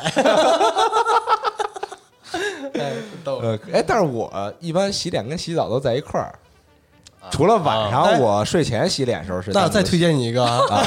G: 哎，逗。
D: 呃，哎，但是我一般洗脸跟洗澡都在一块儿，
F: 啊
D: 除了晚
G: 哎
D: 上我睡前洗脸时候是单
G: 那
D: 独
G: 我
D: 的洗。
G: 再推荐你一个啊，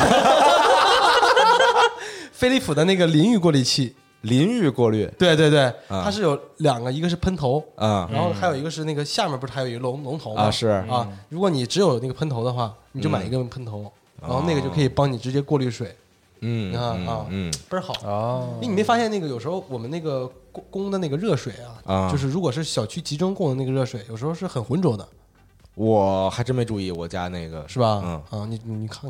G: 飞利浦的那个淋浴过滤器，
D: 淋浴过滤
G: 对对对，
D: 啊
G: 它是有两个，一个是喷头，
D: 啊
G: 然后还有一个是那个下面不是还有一个龙龙头吗？
D: 啊是
G: 啊，如果你只有那个喷头的话，你就买一个喷
D: 哦
G: 头，然后那个就可以帮你直接过滤水，
D: 嗯
G: 你看啊
D: 嗯，嗯
G: 倍儿好哦。因为你没发现那个有时候我们那个供供的那个热水啊，
D: 啊
G: 就是如果是小区集中供的那个热水，有时候是很浑浊的，
D: 我还真没注意我家那个
G: 是吧？
D: 嗯，
G: 啊，你你你看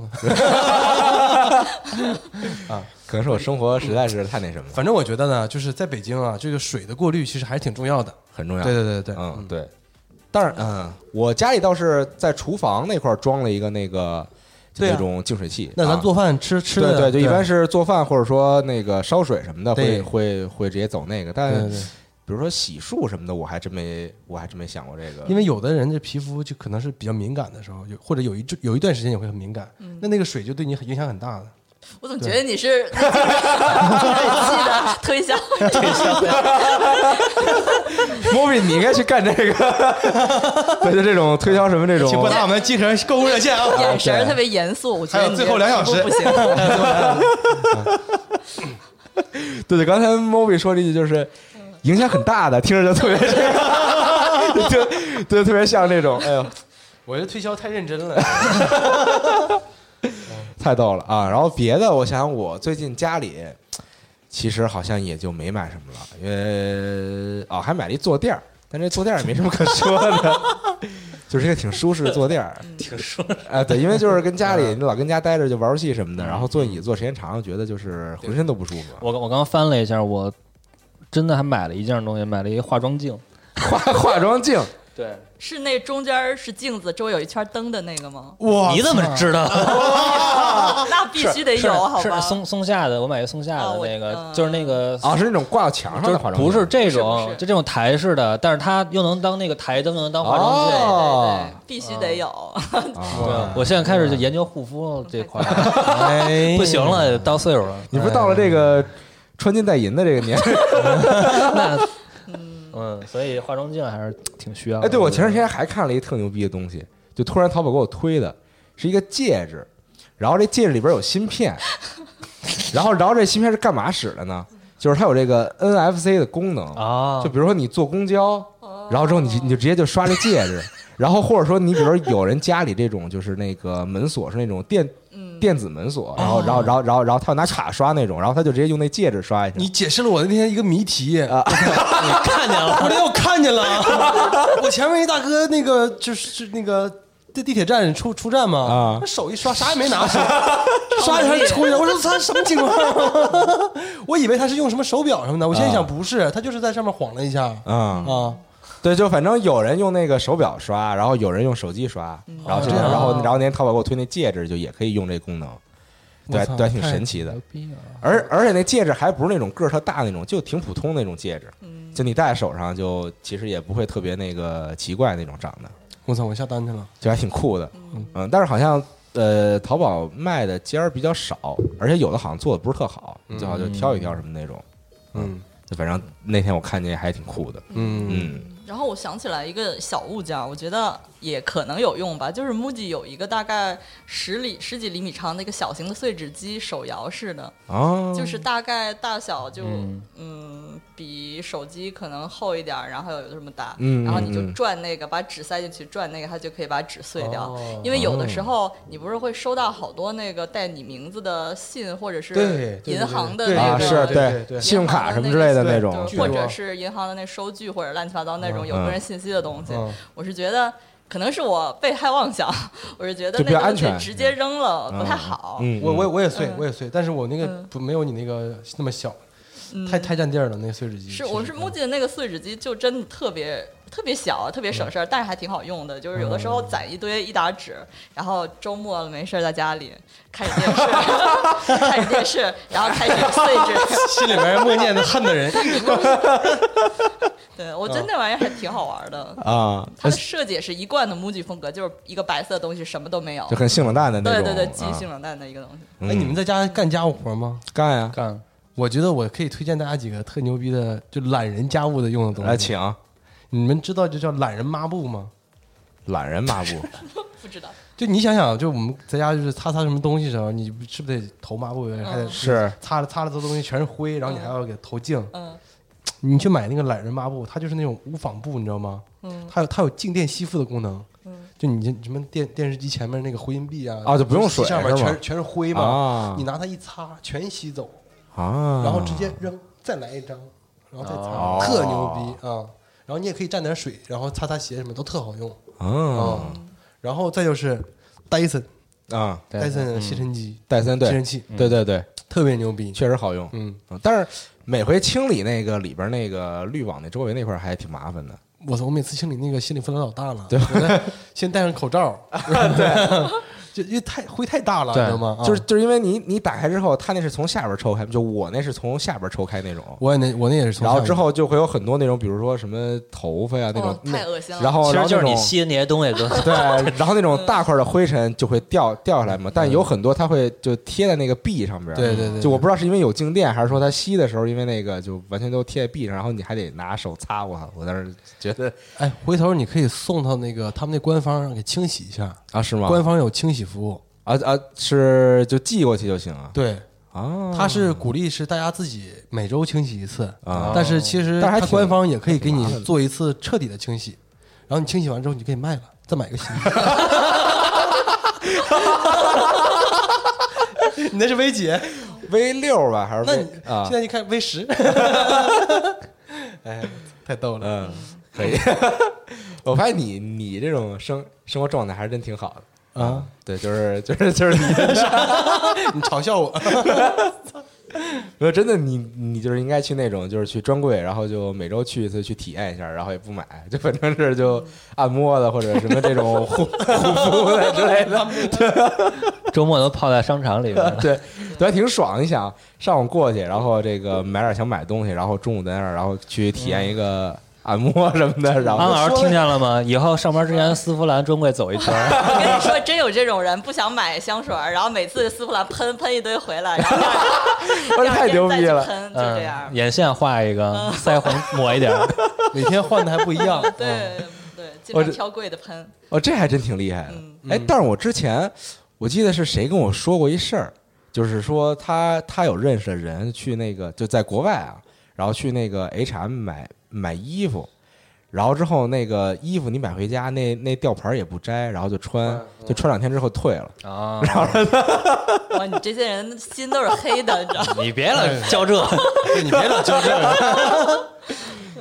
G: 看，
D: 可能是我生活实在是太那什么了，
G: 反正我觉得呢，就是在北京啊，这个水的过滤其实还是挺重要的。
D: 很重要。
G: 对对对对，
D: 嗯，对。但是，嗯，我家里倒是在厨房那块儿装了一个那个就
G: 对啊
D: 那种净水器。
G: 那咱
D: 啊
G: 做饭吃吃
D: 对
G: 的，
D: 对，就一般是做饭或者说那个烧水什么的，
G: 对
D: 会会会直接走那个。
G: 对
D: 但
G: 对对，
D: 比如说洗漱什么的，我还真没我还真没想过这个。
G: 因为有的人这皮肤就可能是比较敏感的时候，有或者有一阵有一段时间也会很敏感，那那个水就对你很影响很大的。
F: 我怎么觉得你是 记得推销？
D: 莫比，你应该去干这个， 对，就这种推销什么这 种，
G: 请拨打我们 集合购物热线啊！
F: 眼神儿特别严肃，我觉
G: 还
F: 得
G: 有
F: 你
G: 最后两小时
F: 不行。
D: 对对，刚才 Moby 说这句就是影响很大的，听着就特别，就 就特别像那种，哎呦，
G: 我觉得推销太认真了。
D: 太逗了啊！然后别的，我想想我最近家里其实好像也就没买什么了，因为哦还买了一坐垫儿，但这坐垫儿也没什么可说的， 就是一个挺舒适的坐垫儿，
E: 嗯挺说
D: 啊，对，因为就是跟家里
E: 嗯
D: 你老跟家待着就玩游戏什么的，然后坐椅子坐时间长了，觉得就是浑身都不舒服。
E: 我刚我刚翻了一下，我真的还买了一件东西，买了一个化妆镜。
D: 化化妆镜
E: 对，
F: 是那中间是镜子，周围有一圈灯的那个吗？
G: 哇
E: 你怎么知道？
F: 那必须得
E: 是
F: 有，哎好吧
E: 是？松松下的，我买一个松下
F: 啊
E: 的
F: 我
E: 那个
F: 嗯，
E: 就是那个
D: 啊，是那种挂到墙上
E: 就
D: 的
E: 是
D: 化妆
E: 不
D: 品
E: 是这种，
F: 是不是
E: 就这种台式的，但是它又能当那个台灯，又能当化妆镜。
D: 哦
G: 啊
F: 对，必须得有。
E: 对，我现在开始就研究护肤这块儿，
G: 哎
E: 不行，了，到岁数了。
D: 你不是到了这个穿金戴银的这个年龄？
E: 那嗯，所以化妆镜还是挺需要的。
D: 哎，对我前段时间还看了一特牛逼的东西，就突然淘宝给我推的，是一个戒指，然后这戒指里边有芯片，然后然后这芯片是干嘛使的呢？就是它有这个 NFC 的功能
E: 啊
D: 就比如说你坐公交，然后之后你你就直接就刷这戒指，然后或者说你比如说有人家里这种就是那个门锁是那种电电子门锁，然后然后然后然后然后他要拿卡刷那种，然后他就直接用那戒指刷一下。
G: 你解释了我那天一个谜题 啊，
E: 看见了，
G: 我那天我看见了， 我前面一大哥那个就是是那个地地铁站出出站嘛，
D: 啊
G: 他手一刷啥也没拿 手，刷一下就出去了，我说他什么情况？ 我以为他是用什么手表什么的，我现在想不是，他就是在上面晃了一下
D: 嗯
G: 啊。
D: 对，就反正有人用那个手表刷，然后有人用手机刷，然后现在，
G: 哦
D: 然后然后那天淘宝给我推那戒指就也可以用这功能，对
G: 我，操
D: 对，挺
G: 太
D: 神奇的
E: 牛。逼啊！
D: 而而且那戒指还不是那种个儿特大那种，就挺普通那种戒指，就你戴在手上就其实也不会特别那个奇怪那种长得，
G: 我操，我下单去了。
D: 就还挺酷的。嗯，但是好像呃淘宝卖的尖儿比较少，而且有的好像做的不是特好，最好就挑一挑什么那种。
G: 嗯
D: 就反正那天我看见还挺酷的。
G: 嗯
D: 嗯
F: 然后我想起来一个小物件儿，我觉得也可能有用吧。就是 MUJI 有一个大概十里十几厘米长的一个小型的碎纸机，手摇式的，
D: 啊，
F: 就是大概大小就
E: 嗯
F: 嗯比手机可能厚一点儿，然后有这么大，
D: 嗯
F: 然后你就
D: 嗯嗯
F: 转那个，把纸塞进去，转那个，它就可以把纸碎掉。因为有的时候你不是会收到好多那个带你名字的信，或者是
G: 对对
F: 银行的
G: 对
F: 那
D: 啊，
F: 个
G: 对
D: 是
G: 对对对
D: 信用卡什么之类的那种
G: 对，
F: 或
G: 巨
F: 者
G: 多
F: 是银行的那收据或者乱七八糟那种有
D: 嗯
F: 个人信息的东西
G: 嗯，
F: 我是觉得。可能是我被害妄想，我是觉得
D: 就比
F: 那
D: 较
F: 个东西
D: 安全
F: 直接扔了不太好。
D: 嗯，
G: 我我也我也碎
F: 嗯，
G: 我也碎，但是我那个
F: 嗯
G: 不没有你那个那么小，太太占地儿了，那个碎纸机。
D: 嗯
F: 是，我是
G: 木
F: 木记的那个碎纸机，就真的特别特别小，特别
D: 嗯
F: 省事儿，但是还挺好用的。就是有的时候攒一堆一沓纸，然后周末没事儿在家里看着电视， 看着电视，然后开始碎纸。
G: 心里面默念的恨 的人，
F: 对我
D: 嗯
F: 觉得那玩意儿还挺好玩的。
D: 啊，
F: 它的设计也是一贯的 MUJI 风格，就是一个白色的东西，什么都没有
D: 就。很性冷淡的那
F: 对
D: 种。
F: 对对，极
D: 啊
F: 性冷淡的一个东西。
D: 嗯
G: 哎，你们在家干家务活吗？
D: 干呀，
E: 干
G: 我觉得我可以推荐大家几个特牛逼的，就懒人家务的用的东西。
D: 来啊请
G: 你们知道就叫懒人抹布吗？
D: 懒人抹布
F: 不知道，
G: 就你想想，就我们在家就是擦擦什么东西的时候，你是不是得头抹布，还得
D: 是
G: 擦了擦了这东西全是灰，然后你还要给头净。
F: 嗯，
G: 你去买那个懒人抹布，它就是那种无纺布，你知道吗？嗯，它有它有静电吸附的功能。嗯，就你这什么电电视机前面那个回音壁啊，
D: 啊就不用水
G: 上面
D: 是吗
G: 全全是灰嘛，
D: 啊
G: 你拿它一擦全吸走，
D: 啊，
G: 然后直接扔，再来一张，然后再擦，
D: 哦
G: 特牛逼啊！然后你也可以蘸点水，然后擦擦鞋什么都特好用
D: 嗯
G: 啊。然后再就是戴森
D: 啊，
E: 对
G: 戴森的吸尘机，
D: 戴森
G: 吸
D: 对
G: 尘器
D: 对对对，
G: 特别牛逼。
D: 确实好用。
G: 嗯，
D: 嗯但是每回清理那个里边那个滤网那周围那块儿还挺麻烦的。
G: 我操！我每次清理那个心理负担老大了，对吧？先戴上 口罩，
D: 啊
G: 对， 就因为太灰太大了，你知道吗？啊
D: 就是就是因为你你打开之后，它那是从下边抽开，就我那是从下边抽开那种。
G: 我也那我那也是从
D: 然
G: 下
D: 后
G: 面，
D: 之后就会有很多那种，比如说什么头发呀那种
F: 哦，太恶心了
D: 然后
E: 其
D: 然
E: 实
D: 后
E: 就是
D: 那
E: 你
D: 种
E: 吸的那些东西都
D: 对，然后那种大块的灰尘就会掉掉下来嘛，但有很多它会就贴在那个壁上边儿。
G: 对对对
D: 就我不知道是因为有静电，还是说它吸的时候，因为那个就完全都贴在壁上，然后你还得拿手擦。我靠我当时觉得
G: 哎，回头你可以送到那个他们那官方上给清洗一下，
D: 啊，是吗？
G: 官方有清洗服务。
D: 啊啊，是就寄过去就行啊。
G: 对，
D: 啊，
G: 他是鼓励是大家自己每周清洗一次
D: 啊
G: 但是其实
D: 但是还
G: 它
D: 挺
G: 官方也可以给你做一次彻底的清洗，然后你清洗完之后你就可以卖了，再买个新 的。 你那是薇姐，
D: V 六吧，还是
G: 那
D: V
G: 你
D: 啊
G: 现？在你看 V 十，哎，太逗了。
D: 嗯，可 以。我发现你你这种生生活状态还是真挺好的
G: 啊。
D: 哎对，就是就是就是你的
G: 你嘲笑我，
D: 没有，真的你你就是应该去那种，就是去专柜，然后就每周去一次去体验一下，然后也不买，就反正是就按摩的或者什么这种护 护肤的之类的，，
E: 周末都泡在商场里边
D: 对，对，还挺爽。你想上午过去，然后这个买点想买的东西，然后中午在那儿，然后去体验一个按摩什么的，然
E: 安
D: 后
E: 老师听见了吗？以后上班之前，丝芙兰专柜走一 圈儿，
F: 我跟你说，真有这种人，不想买香水儿，然后每次丝芙兰喷喷一堆回来，然后
D: 我说
F: 第二天
D: 太牛逼
F: 第二天
D: 了嗯
F: 再去。喷，就这样
E: 嗯，。眼线画一个，腮 红抹一点儿，
G: 每天换的还不一样。嗯，
F: 对对，经
D: 我
F: 常
D: 这
F: 挑贵的喷，
D: 哦，这还真挺厉害的。哎、
G: 嗯
D: 但是我之前我记得是谁跟我说过一事儿，就是说他他有认识的人去那个就在国外啊，然后去那个 H&M 买买衣服，然后之后那个衣服你买回家那那吊牌儿也不摘，然后就穿、
G: 嗯
D: 就穿两天之后退了。
E: 啊！
F: 哇，你这些人心都是黑的，你知道吗？
E: 你别老教这，
G: 对你别老纠正，嗯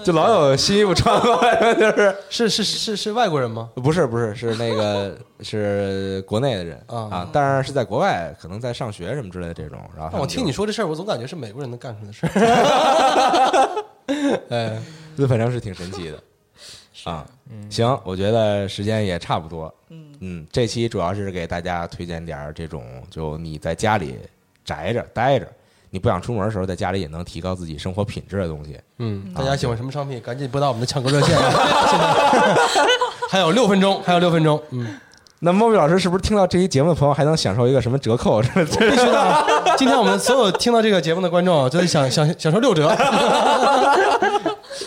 D: 就老有新衣服穿过 来，就是
G: 是是是是外国 人吗？
D: 不是不是是那个是国内的人
G: 啊
D: 啊，当然是在国外，可能在上学什么之类的这种。然后他
G: 但
D: 们就
G: 我听你说这事儿，我总感觉是美国人能干出来的事儿。哎，
D: 这反正是挺神奇的啊。行，我觉得时间也差不多。嗯这期主要是给大家推荐点儿这种，就你在家里宅着待着，你不想出门的时候，在家里也能提高自己生活品质的东西。
G: 嗯，大家喜欢什么商品，赶紧拨打我们的抢购热线啊！现在 还有六分钟，还有六分钟，嗯，
D: 那猫咪老师是不是听到这期节目的朋友还能享受一个什么折扣？ 这这
G: 必须的啊！今天我们所有听到这个节目的观众啊，都得享享享受六折，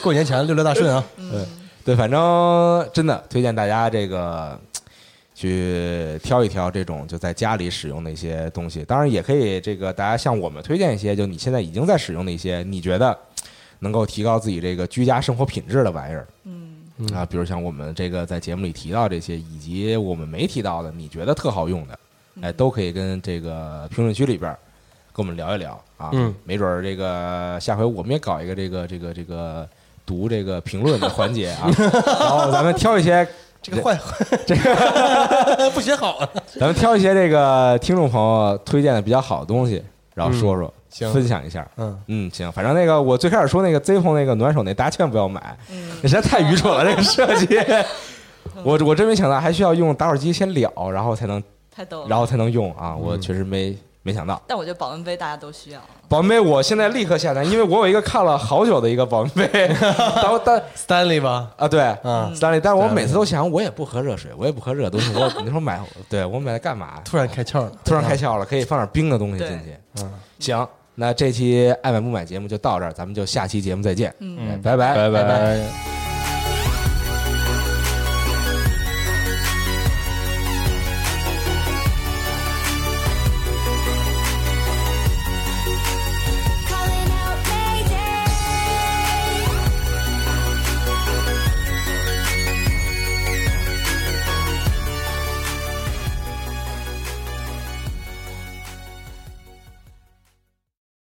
G: 过年前六六大顺啊！
D: 嗯对，反正真的推荐大家这个去挑一挑这种就在家里使用的一些东西。当然，也可以这个大家向我们推荐一些，就你现在已经在使用的一些，你觉得能够提高自己这个居家生活品质的玩意儿。嗯啊，比如像我们这个在节目里提到这些，以及我们没提到的，你觉得特好用的，哎，都可以跟这个评论区里边儿跟我们聊一聊啊。
G: 嗯，
D: 没准儿这个下回我们也搞一个这个这个这个读这个评论的环节啊，然后咱们挑一些
G: 这个坏，
D: 这个。
G: 不学好啊！
D: 咱们挑一些这个听众朋友推荐的比较好的东西，然后说说，
G: 行
D: 分享一下。
G: 嗯
D: 嗯，行，反正那个我最开始说那个 Zippo 那个暖手那，大家千万不要买，那实在太愚蠢了，这个设 计。我我真没想到还需要用打火机先燎，然后才能，
G: 嗯
F: 太逗
D: 然
F: 了。
D: 后才能用啊！我确实没没想到。
F: 但我觉得保温杯大家都需要，
D: 保温杯，我现在立刻下单，因为我有一个看了好久的一个保温杯， 但我但
G: Stanley 吧，
D: 啊对，
G: 嗯
D: ，Stanley，但我每次都想，我也不喝热水，我也不喝热的东西， 我你说买，对我买它干嘛？
G: 突然开窍了，
D: 突然开窍了，可以放点冰的东西进去。
G: 嗯，
D: 行，那这期爱买不买节目就到这儿，咱们就下期节目再见。
F: 嗯
D: 哎拜拜，
E: 拜。